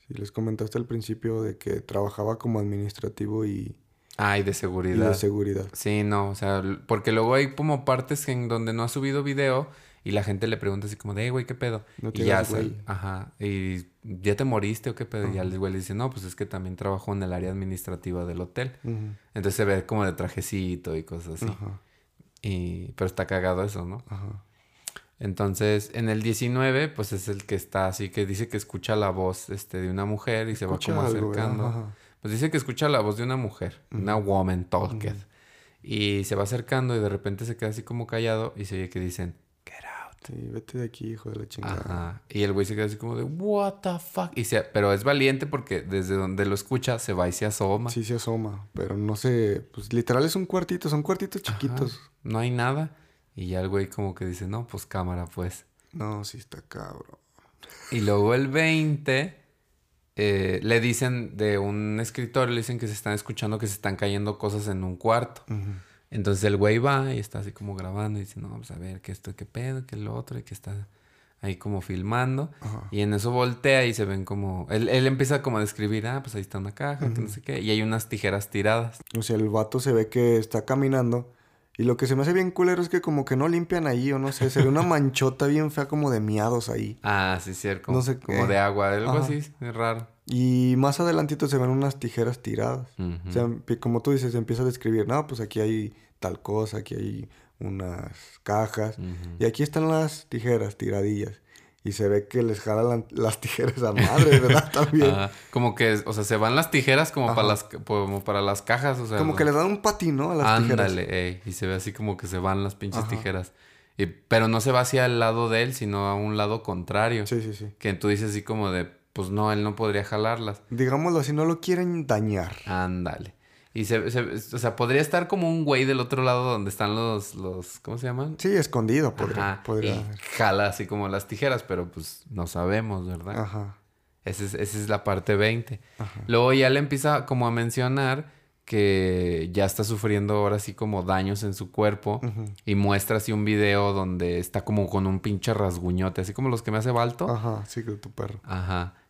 Speaker 2: si les comentaste al principio de que trabajaba como administrativo y,
Speaker 1: Ay, de
Speaker 2: y
Speaker 1: seguridad.
Speaker 2: de seguridad.
Speaker 1: Sí, no, o sea, l- porque luego hay como partes en donde no ha subido video y la gente le pregunta así como de, "Ey, güey, ¿qué pedo?
Speaker 2: No
Speaker 1: y
Speaker 2: te
Speaker 1: ya,
Speaker 2: hagas
Speaker 1: se-
Speaker 2: güey.
Speaker 1: ajá, y ya te moriste o qué pedo. Y ya el güey le dice, no, pues es que también trabajo en el área administrativa del hotel.
Speaker 2: Ujú.
Speaker 1: Entonces se ve como de trajecito y cosas así.
Speaker 2: Ajá.
Speaker 1: Y, pero está cagado eso, ¿no?
Speaker 2: Ajá.
Speaker 1: Entonces, en el 19, pues es el que está así, que dice que escucha la voz este, de una mujer y se va
Speaker 2: Escucha
Speaker 1: como
Speaker 2: algo, ¿verdad?
Speaker 1: acercando.
Speaker 2: Ajá.
Speaker 1: Pues dice que escucha la voz de una mujer, una woman talker. Y se va acercando y de repente se queda así como callado y se oye que dicen, get out.
Speaker 2: Sí, vete de aquí, hijo de la chingada.
Speaker 1: Ajá. Y el güey se queda así como de, what the fuck. Y se, pero es valiente porque desde donde lo escucha se va y se asoma.
Speaker 2: Sí se asoma, pero no sé, pues literal es un cuartito, son cuartitos chiquitos.
Speaker 1: Ajá. No hay nada. Y ya el güey como que dice, no, pues cámara, pues.
Speaker 2: No, sí está cabrón.
Speaker 1: Y luego el 20 eh, le dicen de un escritor, le dicen que se están escuchando que se están cayendo cosas en un cuarto. Entonces el güey va y está así como grabando y dice, no, pues a ver, que esto, qué pedo, que lo otro, y que está ahí como filmando.
Speaker 2: Ajá.
Speaker 1: Y en eso voltea y se ven como... Él, él empieza como a describir, ah, pues ahí está una caja, que no sé qué. Y hay unas tijeras tiradas.
Speaker 2: O sea, el vato se ve que está caminando. Y lo que se me hace bien culero es que como que no limpian ahí, o no sé, se ve una manchota bien fea como de miados ahí.
Speaker 1: Ah, sí, cierto. Como,
Speaker 2: No sé
Speaker 1: como
Speaker 2: qué.
Speaker 1: de agua, algo
Speaker 2: Ajá.
Speaker 1: así, es raro.
Speaker 2: Y más adelantito se ven unas tijeras tiradas.
Speaker 1: Ujú.
Speaker 2: O sea, empi- como tú dices, empieza a describir, no, pues aquí hay tal cosa, aquí hay unas cajas.
Speaker 1: Ujú.
Speaker 2: Y aquí están las tijeras tiradillas. Y se ve que les jalan las tijeras a madre,
Speaker 1: Ah,
Speaker 2: ¿verdad? También.
Speaker 1: Ajá. Como que, o sea, se van las tijeras como,
Speaker 2: Ajá.
Speaker 1: para las, como para las cajas, o sea...
Speaker 2: Como
Speaker 1: ¿no?
Speaker 2: que les dan un patín, ¿no? A las tijeras.
Speaker 1: Ándale, ey. Y se ve así como que se van las pinches tijeras. Y- pero no se va hacia el lado de él, sino a un lado contrario.
Speaker 2: Sí, sí, sí.
Speaker 1: Que tú dices así como de, pues no, él no podría jalarlas.
Speaker 2: Digámoslo así, no lo quieren dañar.
Speaker 1: Ándale. Y se, se- o sea, podría estar como un güey del otro lado donde están los, los, ¿cómo se llaman?
Speaker 2: Sí, escondido podría,
Speaker 1: Ajá.
Speaker 2: podría
Speaker 1: y
Speaker 2: haber.
Speaker 1: jala así como las tijeras, pero pues no sabemos, ¿verdad?
Speaker 2: Ajá.
Speaker 1: Esa es, esa es la parte 20.
Speaker 2: Ajá.
Speaker 1: Luego ya le empieza como a mencionar que ya está sufriendo ahora sí como daños en su cuerpo
Speaker 2: Ujú.
Speaker 1: y muestra así un video donde está como con un pinche rasguñote, así como los que me hace Balto. Ajá.
Speaker 2: Ajá, sí, que tu perro.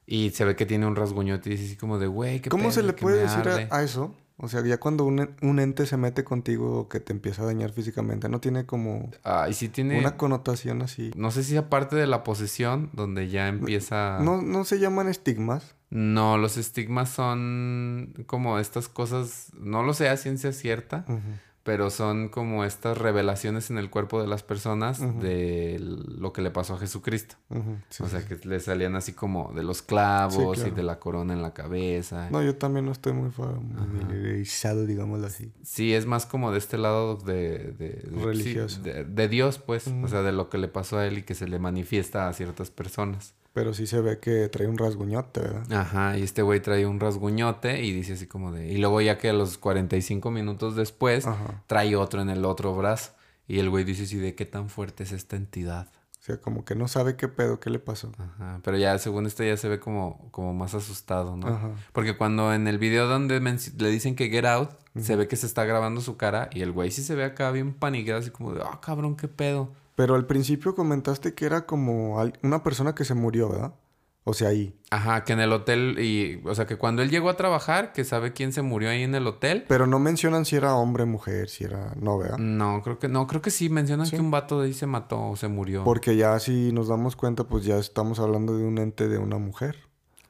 Speaker 1: Y se ve que tiene un rasguñote y dice así como de, güey, ¿qué
Speaker 2: ¿Cómo se
Speaker 1: pedo,
Speaker 2: le
Speaker 1: que
Speaker 2: puede
Speaker 1: me
Speaker 2: decir
Speaker 1: arde".
Speaker 2: a, a eso? O sea, ya cuando un, en- un ente se mete contigo que te empieza a dañar físicamente, no tiene como
Speaker 1: Ah, y sí tiene...
Speaker 2: una connotación así.
Speaker 1: No sé si aparte de la posesión, donde ya empieza...
Speaker 2: No, no se llaman estigmas.
Speaker 1: No, los estigmas son como estas cosas, no lo sé a ciencia cierta,
Speaker 2: Ujú.
Speaker 1: pero son como estas revelaciones en el cuerpo de las personas
Speaker 2: Ujú.
Speaker 1: de lo que le pasó a Jesucristo.
Speaker 2: Ujú, sí,
Speaker 1: o
Speaker 2: sí,
Speaker 1: sea,
Speaker 2: sí.
Speaker 1: que le salían así como de los clavos y
Speaker 2: claro.
Speaker 1: de la corona en la cabeza.
Speaker 2: No, yo también no estoy muy familiarizado, digámoslo así.
Speaker 1: Sí, es más como de este lado de... de- de- sí,
Speaker 2: Religioso.
Speaker 1: de, de Dios, pues.
Speaker 2: Ujú.
Speaker 1: O sea, de lo que le pasó a él y que se le manifiesta a ciertas personas.
Speaker 2: Pero sí se ve que trae un rasguñote, ¿verdad?
Speaker 1: Ajá, y este güey trae un rasguñote y dice así como de... Y luego ya que a los 45 minutos después
Speaker 2: Ajá.
Speaker 1: trae otro en el otro brazo. Y el güey dice así de qué tan fuerte es esta entidad.
Speaker 2: O sea, como que no sabe qué pedo, qué le pasó.
Speaker 1: Ajá, pero ya según este ya se ve como, como más asustado, ¿no?
Speaker 2: Ajá.
Speaker 1: Porque cuando en el video donde menci- le dicen que get out, se ve que se está grabando su cara y el güey sí se ve acá bien paniqueado, así como de, ah, cabrón, qué pedo.
Speaker 2: Pero al principio comentaste que era como al- una persona que se murió, ¿verdad? O sea, ahí.
Speaker 1: Ajá, que en el hotel y, o sea, que cuando él llegó a trabajar, que sabe quién se murió ahí en el hotel.
Speaker 2: Pero no mencionan si era hombre, mujer, si era... No, ¿verdad?
Speaker 1: No, creo que, no, creo que sí, mencionan
Speaker 2: Sí.
Speaker 1: que un vato de ahí se mató o se murió.
Speaker 2: Porque ya si nos damos cuenta, pues ya estamos hablando de un ente de una mujer.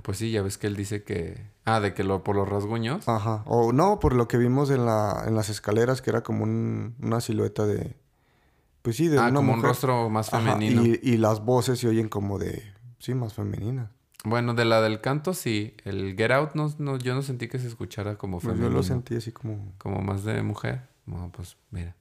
Speaker 1: Pues sí, ya ves que él dice que, ah, de que lo, por los rasguños.
Speaker 2: Ajá. O no, por lo que vimos en, la, en las escaleras, que era como un- una silueta de... Pues sí, de
Speaker 1: Ah,
Speaker 2: una
Speaker 1: como un
Speaker 2: mujer.
Speaker 1: rostro más
Speaker 2: Ajá,
Speaker 1: femenino.
Speaker 2: y, y las voces se oyen como de... Sí, más femeninas.
Speaker 1: Bueno, de la del canto sí. El Get Out no, no, yo no sentí que se escuchara como
Speaker 2: Pues
Speaker 1: femenino.
Speaker 2: yo lo sentí así como...
Speaker 1: Como más de mujer. No, pues mira.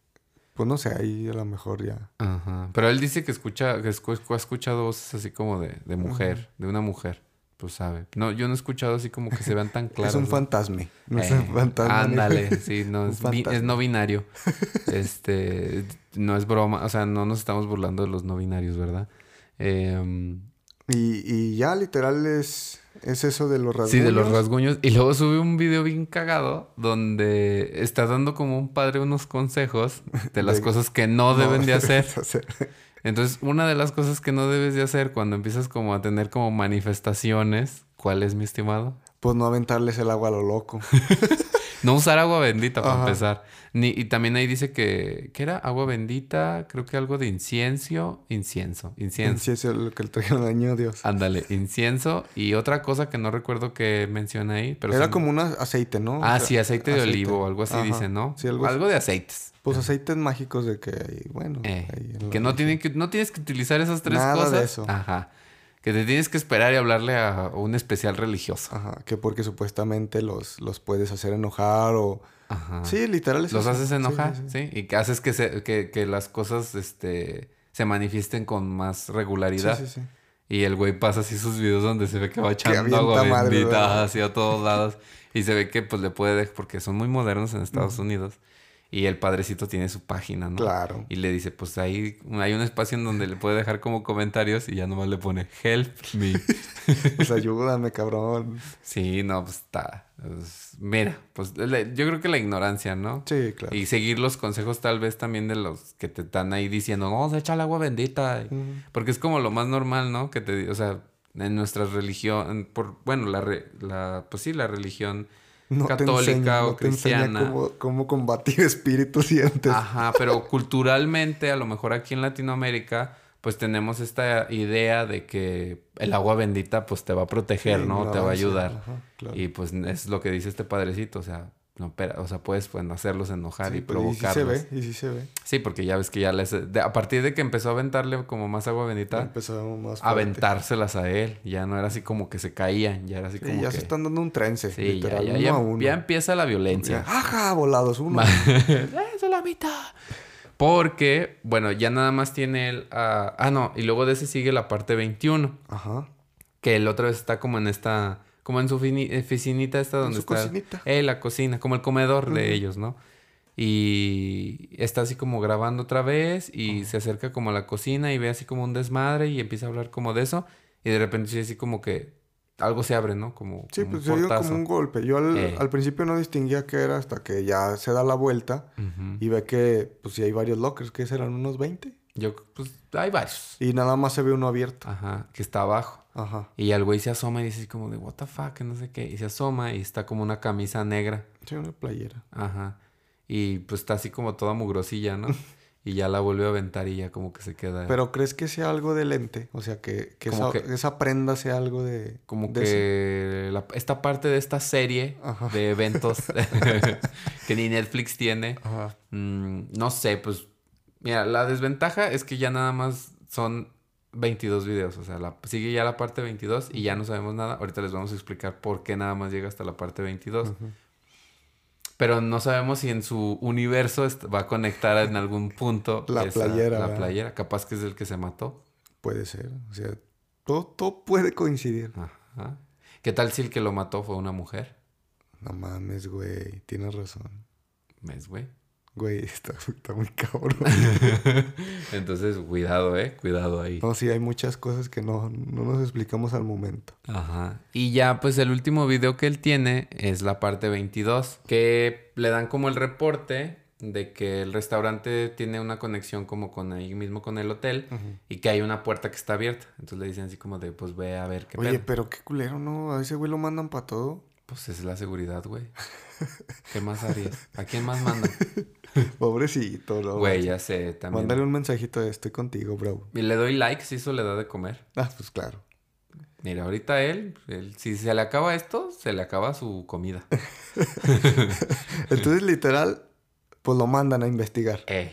Speaker 2: Pues no sé, ahí a lo mejor ya...
Speaker 1: Ajá. Pero él dice que escucha, que escu- ha escuchado voces así como de, de mujer, de una mujer. Pues sabe. No, yo no he escuchado así como que se vean tan claras.
Speaker 2: es un
Speaker 1: ¿no?
Speaker 2: fantasma. No es
Speaker 1: Eh,
Speaker 2: un fantasma. ni-
Speaker 1: Ándale, sí, no,
Speaker 2: Un
Speaker 1: es, bi-
Speaker 2: fantasma.
Speaker 1: es no binario. Este, no es broma, o sea, no nos estamos burlando de los no binarios, ¿verdad? Eh,
Speaker 2: Y, y ya literal es, es eso de los rasguños.
Speaker 1: Sí, de los rasguños. Y luego sube un video bien cagado donde está dando como un padre unos consejos de las
Speaker 2: De-
Speaker 1: cosas que no deben de hacer.
Speaker 2: debes hacer.
Speaker 1: Entonces, una de las cosas que no debes de hacer cuando empiezas como a tener como manifestaciones, ¿cuál es mi estimado?
Speaker 2: Pues no aventarles el agua a lo loco.
Speaker 1: No usar agua bendita para
Speaker 2: Ajá.
Speaker 1: empezar. Ni, y también ahí dice que, ¿qué era? Agua bendita, creo que algo de incienso, incienso, incienso.
Speaker 2: Sí, es lo que le trajeron al niño Dios.
Speaker 1: Ándale, incienso y otra cosa que no recuerdo que menciona ahí, pero
Speaker 2: Era
Speaker 1: son-
Speaker 2: como un aceite, ¿no? O
Speaker 1: Ah,
Speaker 2: sea,
Speaker 1: sí, aceite de olivo o algo así
Speaker 2: Ajá.
Speaker 1: dicen, ¿no?
Speaker 2: Sí, algo así.
Speaker 1: de aceites.
Speaker 2: Pues aceites mágicos de que hay, bueno.
Speaker 1: Eh,
Speaker 2: ahí en la
Speaker 1: que no
Speaker 2: mesa.
Speaker 1: tienen que no tienes que utilizar esas tres
Speaker 2: Nada de
Speaker 1: cosas.
Speaker 2: eso.
Speaker 1: Ajá. Que te tienes que esperar y hablarle a un especial religioso.
Speaker 2: Ajá, que porque supuestamente los, los puedes hacer enojar o...
Speaker 1: Ajá.
Speaker 2: Ah, Sí, literal. es
Speaker 1: Los
Speaker 2: eso.
Speaker 1: haces
Speaker 2: Sí,
Speaker 1: enojar,
Speaker 2: sí,
Speaker 1: sí,
Speaker 2: sí.
Speaker 1: Y que haces que, se- que, que las cosas este, se manifiesten con más regularidad.
Speaker 2: Sí, sí, sí.
Speaker 1: Y el güey pasa así sus videos donde se ve que va echando
Speaker 2: avienta
Speaker 1: agua
Speaker 2: madre,
Speaker 1: bendita
Speaker 2: ¿verdad?
Speaker 1: así a todos lados. y se ve que pues le puede, dej- porque son muy modernos en Estados Unidos. Y el padrecito tiene su página, ¿no?
Speaker 2: Claro.
Speaker 1: Y le dice, pues ahí hay un espacio en donde le puede dejar como comentarios y ya nomás le pone, help me.
Speaker 2: Pues ayúdame, cabrón.
Speaker 1: sí, no, pues está. pues, mira, pues le- yo creo que la ignorancia, ¿no?
Speaker 2: Sí, claro.
Speaker 1: Y seguir los consejos tal vez también de los que te están ahí diciendo, no, echa el agua bendita.
Speaker 2: Ujú.
Speaker 1: Porque es como lo más normal, ¿no? Que te, di- o sea, en nuestra religión, por, bueno, la, re- la, pues sí, la religión
Speaker 2: No te
Speaker 1: católica
Speaker 2: enseña-
Speaker 1: o
Speaker 2: no te enseña
Speaker 1: cristiana. Ah,
Speaker 2: cómo, cómo combatir espíritus y entes.
Speaker 1: Ajá, pero culturalmente, a lo mejor aquí en Latinoamérica, pues tenemos esta idea de que el agua bendita pues te va a proteger,
Speaker 2: Sí,
Speaker 1: ¿no? Te va a
Speaker 2: ignorancia.
Speaker 1: ayudar.
Speaker 2: Ajá, claro.
Speaker 1: Y pues es lo que dice este padrecito, o sea, no, pero, o sea, puedes pues, hacerlos enojar
Speaker 2: Sí,
Speaker 1: y
Speaker 2: pues, y sí
Speaker 1: provocarlos.
Speaker 2: se ve, y sí se ve.
Speaker 1: Sí, porque ya ves que ya les... de- a partir de que empezó a aventarle como más agua bendita,
Speaker 2: Empezamos más
Speaker 1: a
Speaker 2: fuerte.
Speaker 1: aventárselas a él. Ya no era así como que se caían, ya era así
Speaker 2: Sí,
Speaker 1: como
Speaker 2: ya
Speaker 1: que...
Speaker 2: se están dando un trence,
Speaker 1: Sí,
Speaker 2: literal,
Speaker 1: ya, ya,
Speaker 2: uno
Speaker 1: ya-
Speaker 2: a uno.
Speaker 1: ya empieza la violencia.
Speaker 2: Ya, Ajá, volados, uno.
Speaker 1: Ma- ¡Eso es la mitad! Porque, bueno, ya nada más tiene él... a- ah, no, y luego de ese sigue la parte 21.
Speaker 2: Ajá.
Speaker 1: Que el otro está como en esta... Como en su fini- eh, oficinita esta donde
Speaker 2: su
Speaker 1: está...
Speaker 2: cocinita.
Speaker 1: Eh, la cocina. Como el comedor de
Speaker 2: Ujú.
Speaker 1: ellos, ¿no? Y está así como grabando otra vez y se acerca como a la cocina y ve así como un desmadre y empieza a hablar como de eso. Y de repente sí, así como que algo se abre, ¿no? Como,
Speaker 2: Sí,
Speaker 1: como un
Speaker 2: pues se dio
Speaker 1: portazo.
Speaker 2: como un golpe. Yo al,
Speaker 1: Eh.
Speaker 2: al principio no distinguía qué era hasta que ya se da la vuelta
Speaker 1: Ujú.
Speaker 2: y ve que, pues sí hay varios lockers, que serán unos 20.
Speaker 1: Yo, pues, hay varios.
Speaker 2: Y nada más se ve uno abierto.
Speaker 1: Ajá, que está abajo.
Speaker 2: Ajá.
Speaker 1: Y al güey se asoma y dice así como de what the fuck, que no sé qué. Y se asoma y está como una camisa negra.
Speaker 2: Sí, una playera.
Speaker 1: Ajá. Y pues está así como toda mugrosilla, ¿no? y ya la vuelve a aventar y ya como que se queda.
Speaker 2: Pero ¿crees que sea algo de lente? O sea, que, que
Speaker 1: Ah. Como
Speaker 2: esa,
Speaker 1: que-
Speaker 2: esa prenda sea algo de...
Speaker 1: como
Speaker 2: de
Speaker 1: que la- esta parte de esta serie
Speaker 2: Ajá.
Speaker 1: de eventos que ni Netflix tiene.
Speaker 2: ese- Ajá.
Speaker 1: mm, no sé, pues. Mira, la desventaja es que ya nada más son 22 videos. O sea, la- sigue ya la parte 22 y ya no sabemos nada. Ahorita les vamos a explicar por qué nada más llega hasta la parte 22.
Speaker 2: Ujú.
Speaker 1: Pero no sabemos si en su universo est- va a conectar en algún punto
Speaker 2: La playera,
Speaker 1: La
Speaker 2: ¿verdad?
Speaker 1: playera. Capaz que es el que se mató.
Speaker 2: Puede ser. O sea, todo, todo puede coincidir.
Speaker 1: Ajá. ¿Qué tal si el que lo mató fue una mujer?
Speaker 2: No mames, güey. Tienes razón.
Speaker 1: ¿Ves, güey?
Speaker 2: Güey, está, está muy cabrón.
Speaker 1: Entonces, cuidado, eh. Cuidado ahí.
Speaker 2: no, sí, hay muchas cosas que no, no nos explicamos al momento.
Speaker 1: Ajá. Y ya, pues el último video que él tiene es la parte 22, que le dan como el reporte de que el restaurante tiene una conexión como con ahí mismo con el hotel y que hay una puerta que está abierta. Entonces le dicen así como de, pues ve a ver qué
Speaker 2: Oye,
Speaker 1: pedo.
Speaker 2: pero qué culero, ¿no? A ese güey lo mandan para todo.
Speaker 1: Pues es la seguridad, güey. ¿Qué más harías? ¿A quién más manda?
Speaker 2: Pobrecito, ¿no?
Speaker 1: Güey, ya sé, también.
Speaker 2: Mándale un mensajito de estoy contigo, bro.
Speaker 1: Y le doy like si eso le da de comer.
Speaker 2: Ah, pues claro.
Speaker 1: Mira, ahorita él, él, si se le acaba esto, se le acaba su comida.
Speaker 2: Entonces, literal, pues lo mandan a investigar.
Speaker 1: Ey.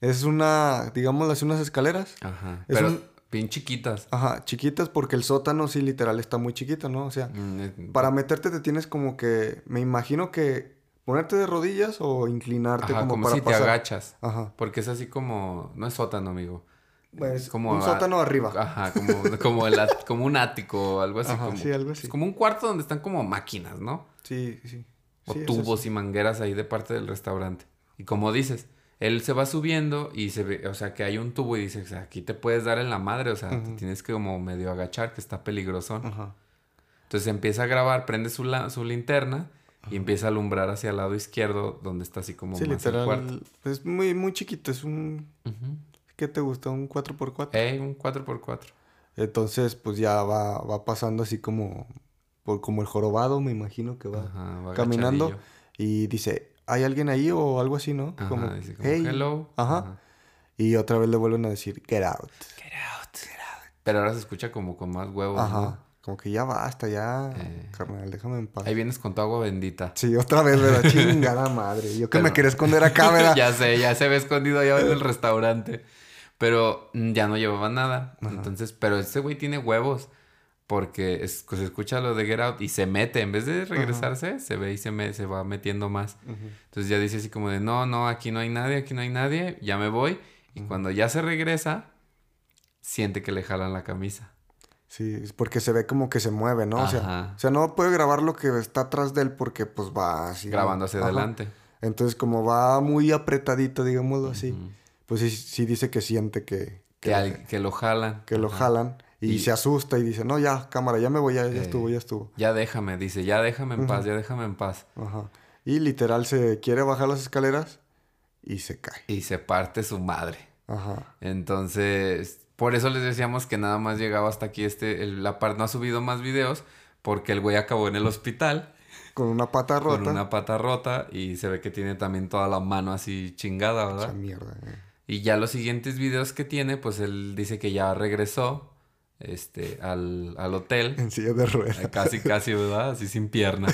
Speaker 2: Es una, digámoslo así, unas escaleras.
Speaker 1: Ajá.
Speaker 2: Es
Speaker 1: Pero
Speaker 2: un-
Speaker 1: bien chiquitas.
Speaker 2: Ajá, chiquitas porque el sótano sí literal está muy chiquito, ¿no? O sea,
Speaker 1: Mm, eh,
Speaker 2: para meterte te tienes como que, me imagino que ponerte de rodillas o inclinarte
Speaker 1: Ajá,
Speaker 2: como,
Speaker 1: como,
Speaker 2: para
Speaker 1: si
Speaker 2: pasar.
Speaker 1: te agachas.
Speaker 2: Ajá.
Speaker 1: Porque es así como... No es sótano, amigo.
Speaker 2: Pues,
Speaker 1: como
Speaker 2: un
Speaker 1: a-
Speaker 2: sótano arriba.
Speaker 1: Ajá, como, como, el at- como un ático o algo así.
Speaker 2: Ajá,
Speaker 1: como,
Speaker 2: sí, algo así.
Speaker 1: Es como un cuarto donde están como máquinas, ¿no?
Speaker 2: Sí, sí.
Speaker 1: O
Speaker 2: Sí, es
Speaker 1: tubos
Speaker 2: eso.
Speaker 1: y mangueras ahí de parte del restaurante. Y como dices, él se va subiendo y se ve... O sea, que hay un tubo y dices, aquí te puedes dar en la madre. O sea, te
Speaker 2: Ujú. Ah.
Speaker 1: tienes que como medio agachar, que está peligroso.
Speaker 2: Ajá.
Speaker 1: Entonces empieza a grabar, prende su, la- su linterna y empieza a alumbrar hacia el lado izquierdo, donde está así como
Speaker 2: Sí,
Speaker 1: más el cuarto.
Speaker 2: literal. pues, Es muy, muy chiquito, es un...
Speaker 1: Ujú.
Speaker 2: ¿Qué te gusta? Un 4x4.
Speaker 1: Ey, un 4x4.
Speaker 2: Entonces, pues ya va, va pasando así como... Por, como el jorobado, me imagino que va.
Speaker 1: Ajá, va
Speaker 2: caminando.
Speaker 1: agachadillo.
Speaker 2: y dice, ¿hay alguien ahí o algo así, no?
Speaker 1: Ajá,
Speaker 2: como,
Speaker 1: dice como,
Speaker 2: "Hey".
Speaker 1: hello.
Speaker 2: Ajá. Y otra vez le vuelven a decir, get out.
Speaker 1: Get out. Pero ahora se escucha como con más huevos,
Speaker 2: Ajá.
Speaker 1: ¿no?
Speaker 2: Como que ya basta, ya,
Speaker 1: Eh.
Speaker 2: carnal, déjame en paz.
Speaker 1: Ahí vienes con tu agua bendita.
Speaker 2: Sí, otra vez, ¿verdad? Chingada madre. Yo que
Speaker 1: Pero-
Speaker 2: me quería esconder acá, ¿verdad?
Speaker 1: ya sé, ya se ve escondido allá en el restaurante. Pero mm, ya no llevaba nada. Entonces, pero ese güey tiene huevos. Porque es- pues, escucha lo de Get Out y se mete. En vez de regresarse, se ve y se, me, se va metiendo más. Entonces ya dice así como de, no, no, aquí no hay nadie, aquí no hay nadie, ya me voy. Y cuando ya se regresa, siente que le jalan la camisa.
Speaker 2: Sí, es porque se ve como que se mueve, ¿no? O
Speaker 1: Ajá.
Speaker 2: sea, o sea, no puede grabar lo que está atrás de él porque pues va así. ¿no?
Speaker 1: grabando hacia
Speaker 2: Ajá.
Speaker 1: adelante.
Speaker 2: Entonces, como va muy apretadito, digámoslo así,
Speaker 1: Ujú.
Speaker 2: pues sí, sí dice que siente que,
Speaker 1: Que,
Speaker 2: que,
Speaker 1: al- que lo jalan.
Speaker 2: que lo
Speaker 1: Ajá.
Speaker 2: jalan y,
Speaker 1: Y-
Speaker 2: se asusta y dice, no, ya, cámara, ya me voy, ya, ya
Speaker 1: Eh.
Speaker 2: estuvo, ya estuvo.
Speaker 1: Ya déjame, dice, ya déjame en paz, ya déjame en paz.
Speaker 2: Ajá. Y literal se quiere bajar las escaleras y se cae.
Speaker 1: Y se parte su madre.
Speaker 2: Ajá.
Speaker 1: Entonces, por eso les decíamos que nada más llegaba hasta aquí este, el- la parte, no ha subido más videos, porque el güey acabó en el hospital
Speaker 2: Con una pata rota.
Speaker 1: con una pata rota y se ve que tiene también toda la mano así chingada,
Speaker 2: Esa
Speaker 1: ¿verdad?
Speaker 2: mierda. eh.
Speaker 1: Y ya los siguientes videos que tiene, pues él dice que ya regresó este, al, al hotel,
Speaker 2: En silla de ruedas.
Speaker 1: eh, casi, casi, ¿verdad? Así sin pierna.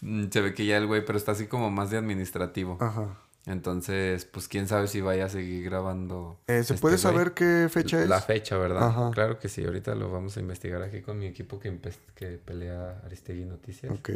Speaker 1: Mm, se ve que ya el güey, pero está así como más de administrativo.
Speaker 2: Ajá.
Speaker 1: Entonces, pues quién sabe si vaya a seguir grabando.
Speaker 2: Eh, ¿Se
Speaker 1: este
Speaker 2: puede
Speaker 1: güey.
Speaker 2: saber qué fecha es?
Speaker 1: La fecha, ¿verdad?
Speaker 2: Ajá.
Speaker 1: Claro que sí. Ahorita lo vamos a investigar aquí con mi equipo que, empe- que pelea Aristegui Noticias.
Speaker 2: Ok.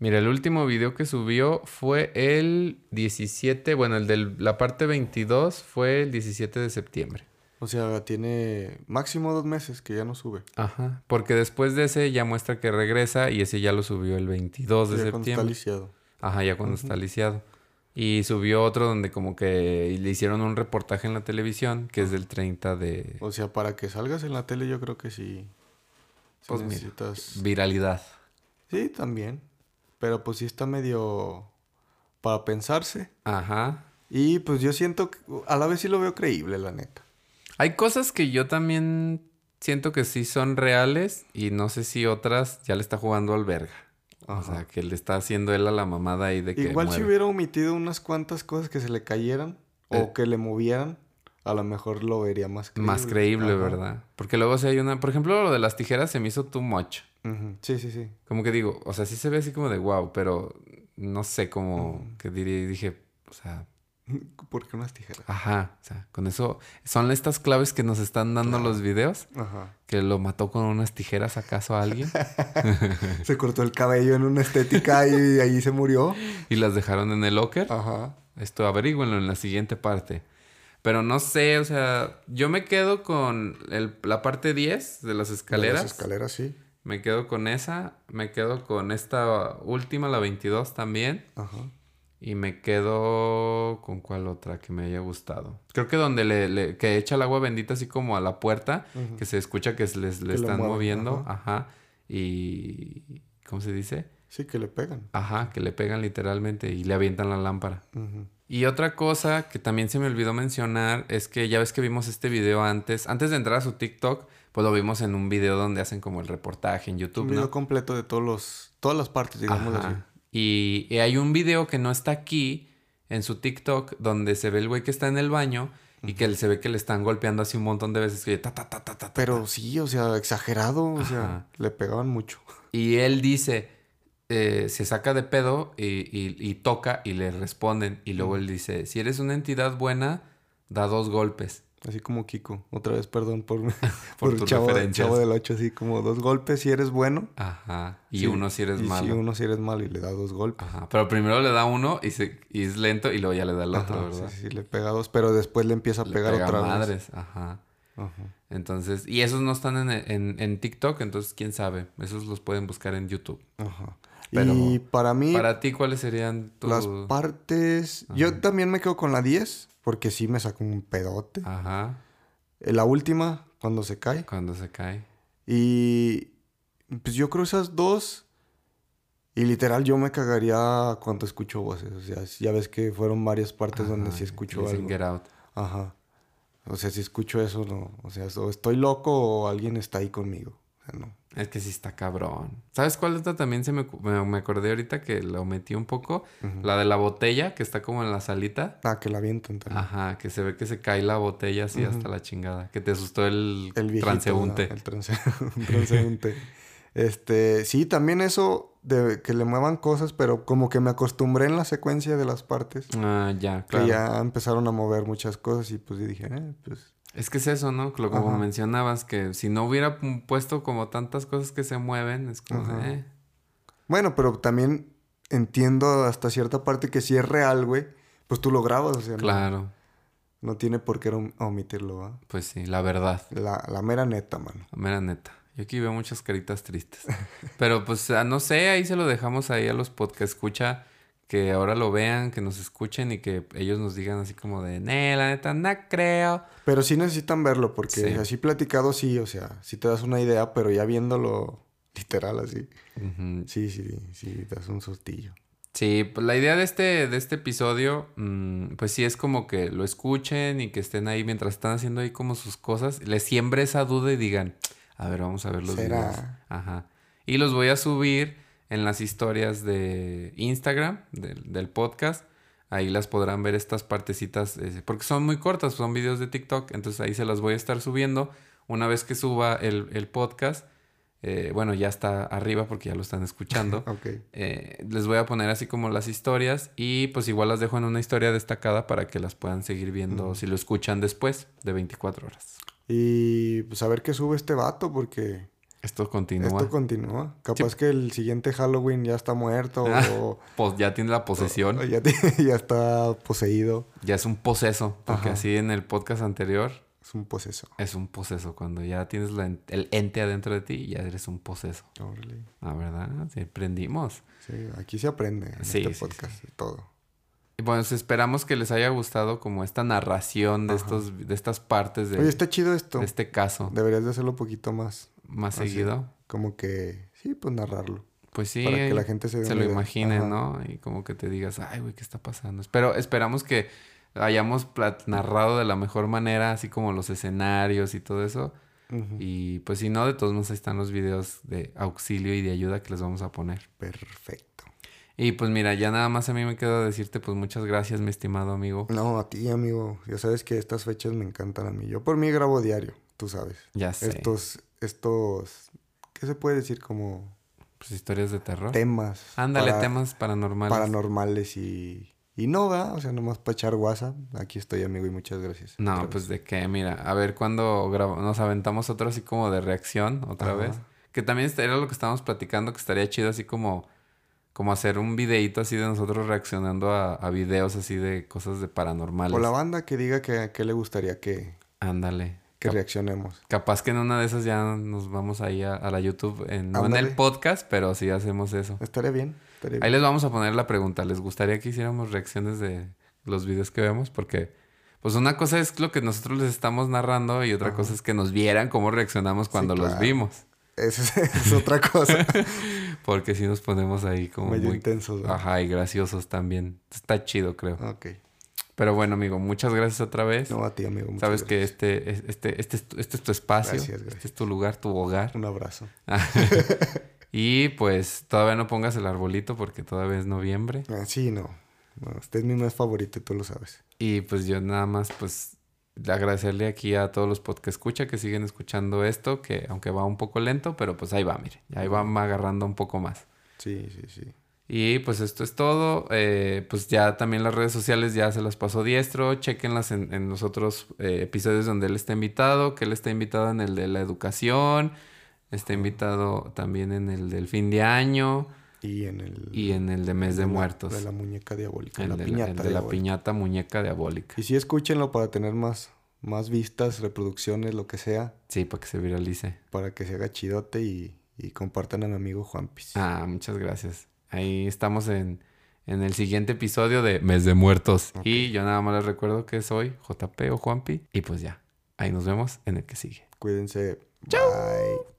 Speaker 1: Mira, el último video que subió fue el 17, bueno, el de la parte 22 fue el 17 de septiembre.
Speaker 2: O sea, tiene máximo dos meses que ya no sube.
Speaker 1: Ajá. Porque después de ese ya muestra que regresa y ese ya lo subió el 22 de
Speaker 2: Ya cuando está
Speaker 1: septiembre.
Speaker 2: lisiado.
Speaker 1: Ajá, ya cuando está lisiado. Y subió otro donde como que le hicieron un reportaje en la televisión que es del 30 de
Speaker 2: O sea, para que salgas en la tele yo creo que sí. sí
Speaker 1: Pues mira.
Speaker 2: necesitas...
Speaker 1: viralidad.
Speaker 2: Sí, también. Pero pues sí está medio para pensarse.
Speaker 1: Ajá.
Speaker 2: Y pues yo siento, que- a la vez sí lo veo creíble, la neta.
Speaker 1: Hay cosas que yo también siento que sí son reales y no sé si otras ya le está jugando al verga. O
Speaker 2: Ajá.
Speaker 1: sea, que le está haciendo él a la mamada ahí de que
Speaker 2: Igual si
Speaker 1: mueve.
Speaker 2: hubiera omitido unas cuantas cosas que se le cayeran
Speaker 1: Eh.
Speaker 2: o que le movieran, a lo mejor lo vería más creíble.
Speaker 1: más creíble,
Speaker 2: Ajá.
Speaker 1: ¿verdad? Porque luego si hay una, por ejemplo, lo de las tijeras se me hizo too much.
Speaker 2: Ujú. Sí, sí, sí.
Speaker 1: Como que digo, o sea, sí se ve así como de wow, pero no sé cómo
Speaker 2: Mm.
Speaker 1: que diría, dije, o sea,
Speaker 2: Porque unas tijeras.
Speaker 1: ajá, o sea, con eso son estas claves que nos están dando los videos
Speaker 2: Ajá.
Speaker 1: que lo mató con unas tijeras acaso a alguien
Speaker 2: Se cortó el cabello en una estética y ahí se murió.
Speaker 1: y las dejaron en el locker.
Speaker 2: Ajá.
Speaker 1: Esto averígüenlo en la siguiente parte. Pero no sé, o sea, yo me quedo con el- la parte 10 de las escaleras.
Speaker 2: Las escaleras, sí.
Speaker 1: Me quedo con esa. Me quedo con esta última, la 22 también.
Speaker 2: Ajá.
Speaker 1: Y me quedo con cuál otra que me haya gustado. Creo que donde le, le- que echa el agua bendita así como a la puerta, que se escucha que se les, le
Speaker 2: Que lo
Speaker 1: están
Speaker 2: mueven,
Speaker 1: moviendo. Ajá. Y... ¿Cómo se dice?
Speaker 2: Sí, que le pegan.
Speaker 1: Ajá, que le pegan literalmente y le avientan la lámpara.
Speaker 2: Ujú.
Speaker 1: Y otra cosa que también se me olvidó mencionar es que ya ves que vimos este video antes, antes de entrar a su TikTok, pues lo vimos en un video donde hacen como el reportaje en
Speaker 2: Un
Speaker 1: YouTube,
Speaker 2: video
Speaker 1: ¿no?
Speaker 2: completo de todos los, todas las partes, digamos
Speaker 1: Ajá.
Speaker 2: así.
Speaker 1: Y, y hay un video que no está aquí en su TikTok donde se ve el güey que está en el baño y que él- se ve que le están golpeando así un montón de veces que ta ta ta ta ta. ta,
Speaker 2: Pero sí, o sea, exagerado, o sea,
Speaker 1: Ah. Ajá.
Speaker 2: le pegaban mucho.
Speaker 1: Y él dice, eh, se saca de pedo y, y- y toca y le responden. Y luego él dice, si eres una entidad buena, da dos golpes.
Speaker 2: Así como Kiko. Otra vez, perdón por, por, el
Speaker 1: tus
Speaker 2: chavo, el
Speaker 1: referencias.
Speaker 2: chavo del 8, así como dos golpes si eres bueno.
Speaker 1: Ajá. Y
Speaker 2: Sí,
Speaker 1: uno si eres
Speaker 2: y
Speaker 1: malo.
Speaker 2: Y uno si eres malo y le da dos golpes.
Speaker 1: Ajá. Pero primero le da uno y, se, y es lento y luego ya le da el otro,
Speaker 2: Ajá,
Speaker 1: ¿verdad?
Speaker 2: sí, sí, le pega dos, pero después le empieza a
Speaker 1: Le
Speaker 2: pegar
Speaker 1: pega
Speaker 2: otra vez.
Speaker 1: madres. Ajá.
Speaker 2: Ajá.
Speaker 1: Entonces, y esos no están en, en- en TikTok, entonces quién sabe. Esos los pueden buscar en YouTube.
Speaker 2: Ajá.
Speaker 1: Pero
Speaker 2: y para mí,
Speaker 1: Para ti, ¿cuáles serían tus.
Speaker 2: las partes. Yo también me quedo con la 10, porque sí me sacó un pedote.
Speaker 1: Ah. Ajá.
Speaker 2: Eh, La última, cuando se cae.
Speaker 1: Cuando se cae.
Speaker 2: Y pues yo creo esas dos. Y literal, yo me cagaría cuando escucho voces. O sea, ya ves que fueron varias partes donde
Speaker 1: Ajá,
Speaker 2: sí escucho
Speaker 1: dicen
Speaker 2: algo.
Speaker 1: Get out.
Speaker 2: Ajá. O sea, si escucho eso, no. O sea, o estoy loco o alguien está ahí conmigo. no.
Speaker 1: Es que sí está cabrón. ¿Sabes cuál otra también se me, me, me acordé ahorita que lo metí un poco?
Speaker 2: Ujú.
Speaker 1: La de la botella que está como en la salita.
Speaker 2: Ah, que la avientan también.
Speaker 1: Ajá, que se ve que se cae la botella así
Speaker 2: Ujú.
Speaker 1: hasta la chingada. Que te asustó el,
Speaker 2: El viejito,
Speaker 1: transeúnte.
Speaker 2: ¿no? El transe- un transeúnte. este, sí, también eso de que le muevan cosas, pero como que me acostumbré en la secuencia de las partes.
Speaker 1: Ah, ya,
Speaker 2: Que
Speaker 1: claro.
Speaker 2: ya empezaron a mover muchas cosas y pues yo dije, eh, pues...
Speaker 1: Es que es eso, ¿no? Lo como
Speaker 2: Ajá.
Speaker 1: mencionabas, que si no hubiera pu- puesto como tantas cosas que se mueven, es como
Speaker 2: Ajá.
Speaker 1: de, eh.
Speaker 2: Bueno, pero también entiendo hasta cierta parte que si es real, güey, pues tú lo grabas, o sea, no-
Speaker 1: Claro,
Speaker 2: no, tiene por qué om- omitirlo, ¿va?
Speaker 1: pues sí, la verdad.
Speaker 2: La, la mera neta, mano.
Speaker 1: La mera neta. Yo aquí veo muchas caritas tristes. Pero pues ah, no sé, ahí se lo dejamos ahí a los podcast escucha que ahora lo vean, que nos escuchen y que ellos nos digan así como de, "Ne, la neta no creo."
Speaker 2: Pero sí necesitan verlo, porque
Speaker 1: Sí.
Speaker 2: así platicado sí, o sea, sí te das una idea, pero ya viéndolo literal así,
Speaker 1: Ujú.
Speaker 2: sí, sí, sí, te das un sustillo.
Speaker 1: Sí, pues la idea de este, de este episodio, mm, pues sí es como que lo escuchen y que estén ahí mientras están haciendo ahí como sus cosas, les siembre esa duda y digan, a ver, vamos a ver los
Speaker 2: ¿Será?
Speaker 1: videos. Ajá. Y los voy a subir en las historias de Instagram, del, del podcast. Ahí las podrán ver estas partecitas, eh, porque son muy cortas, son videos de TikTok, entonces ahí se las voy a estar subiendo. Una vez que suba el, el podcast, eh, bueno, ya está arriba porque ya lo están escuchando.
Speaker 2: Ok.
Speaker 1: Eh, les voy a poner así como las historias y pues igual las dejo en una historia destacada para que las puedan seguir viendo si lo escuchan después de 24 horas.
Speaker 2: Y pues a ver qué sube este vato, porque
Speaker 1: Esto continúa.
Speaker 2: esto continúa. Capaz que el siguiente Halloween ya está muerto o,
Speaker 1: Pues ya tiene la posesión,
Speaker 2: o ya, te- ya está poseído.
Speaker 1: ya es un poseso, porque
Speaker 2: Ajá.
Speaker 1: así en el podcast anterior
Speaker 2: Es un poseso.
Speaker 1: es un poseso, cuando ya tienes la en- el ente adentro de ti ya eres un poseso.
Speaker 2: Órale.
Speaker 1: La verdad, sí, aprendimos.
Speaker 2: Sí, aquí se aprende en
Speaker 1: Sí,
Speaker 2: este
Speaker 1: sí,
Speaker 2: podcast de todo.
Speaker 1: Y bueno, pues, esperamos que les haya gustado como esta narración de,
Speaker 2: Ajá.
Speaker 1: estos, de estas partes de,
Speaker 2: Oye, está chido esto.
Speaker 1: de este caso
Speaker 2: Deberías de Ah, hacerlo un poquito más.
Speaker 1: más
Speaker 2: Así.
Speaker 1: seguido.
Speaker 2: Como que, sí, pues narrarlo.
Speaker 1: Pues sí,
Speaker 2: para
Speaker 1: ahí-
Speaker 2: que la gente se, dé
Speaker 1: se
Speaker 2: una
Speaker 1: lo
Speaker 2: idea.
Speaker 1: imaginen,
Speaker 2: Ajá.
Speaker 1: ¿no? Y como que te digas, ay, güey, ¿qué está pasando? Pero esperamos que hayamos plat- narrado de la mejor manera, así como los escenarios y todo eso.
Speaker 2: Ujú.
Speaker 1: Y pues si no, de todos modos ahí están los videos de auxilio y de ayuda que les vamos a poner.
Speaker 2: Perfecto.
Speaker 1: Y pues mira, ya nada más a mí me queda decirte, pues muchas gracias, mi estimado amigo.
Speaker 2: No, a ti, amigo. Ya sabes que estas fechas me encantan a mí. Yo por mí grabo diario, tú sabes.
Speaker 1: Ya sé.
Speaker 2: Estos, estos, ¿qué se puede decir? Como
Speaker 1: Pues historias de terror.
Speaker 2: temas.
Speaker 1: Ándale,
Speaker 2: para-
Speaker 1: temas paranormales.
Speaker 2: Paranormales y, y no, ¿verdad? O sea, nomás para echar WhatsApp. Aquí estoy, amigo, y muchas gracias. Otra
Speaker 1: No,
Speaker 2: vez.
Speaker 1: pues de qué, mira, a ver cuando nos aventamos otro así como de reacción otra
Speaker 2: Ajá.
Speaker 1: vez. Que también esta- era lo que estábamos platicando, que estaría chido así como, como hacer un videíto así de nosotros reaccionando a, a videos así de cosas de paranormales.
Speaker 2: O la banda que diga que, que le gustaría que,
Speaker 1: Ándale.
Speaker 2: que
Speaker 1: Cap-
Speaker 2: reaccionemos.
Speaker 1: capaz que en una de esas ya nos vamos ahí a, a la YouTube, en- no en el
Speaker 2: Ándale.
Speaker 1: podcast, pero sí hacemos eso.
Speaker 2: Estaría bien, estaría
Speaker 1: Ahí
Speaker 2: bien.
Speaker 1: les vamos a poner la pregunta. ¿Les gustaría que hiciéramos reacciones de los videos que vemos? Porque, pues una cosa es lo que nosotros les estamos narrando y otra
Speaker 2: Ajá.
Speaker 1: cosa es que nos vieran cómo reaccionamos cuando los
Speaker 2: claro.
Speaker 1: vimos.
Speaker 2: Esa es, esa es otra cosa.
Speaker 1: Porque si nos ponemos ahí como
Speaker 2: Medio
Speaker 1: muy...
Speaker 2: intensos, ¿verdad?
Speaker 1: Ajá, y graciosos también. Está chido, creo.
Speaker 2: Ok.
Speaker 1: Pero bueno, amigo, muchas gracias otra vez.
Speaker 2: No, a ti, amigo. muchas
Speaker 1: Sabes
Speaker 2: gracias.
Speaker 1: que este, es- este, este, es tu- este es tu espacio.
Speaker 2: Gracias, gracias.
Speaker 1: Este es tu lugar, tu hogar.
Speaker 2: Un abrazo.
Speaker 1: y pues todavía no pongas el arbolito porque todavía es noviembre.
Speaker 2: Ah, sí, no. No, Este es mi mes favorito y tú lo sabes.
Speaker 1: Y pues yo nada más, pues, de agradecerle aquí a todos los podcast escucha que siguen escuchando esto, que aunque va un poco lento, pero pues ahí va, mire, ahí van agarrando un poco más.
Speaker 2: Sí, sí, sí.
Speaker 1: Y pues esto es todo. eh, pues ya también las redes sociales ya se las pasó diestro. Chequenlas en, en los otros eh, episodios donde él está invitado, que él está invitado en el de la educación, está invitado también en el del fin de año
Speaker 2: Y en el...
Speaker 1: y en el de mes de
Speaker 2: la-
Speaker 1: muertos.
Speaker 2: De la muñeca diabólica.
Speaker 1: El
Speaker 2: la
Speaker 1: de la-
Speaker 2: piñata
Speaker 1: el de la
Speaker 2: diabólica.
Speaker 1: piñata muñeca diabólica.
Speaker 2: Y sí, escúchenlo para tener más, más vistas, reproducciones, lo que sea.
Speaker 1: Sí, para que se viralice.
Speaker 2: Para que se haga chidote y, y compartan a mi amigo Juanpis.
Speaker 1: Ah, muchas gracias. Ahí estamos en, en el siguiente episodio de Mes de Muertos. Y yo nada más les recuerdo que soy JP o Juanpi. Y pues ya, ahí nos vemos en el que sigue.
Speaker 2: Cuídense. Bye.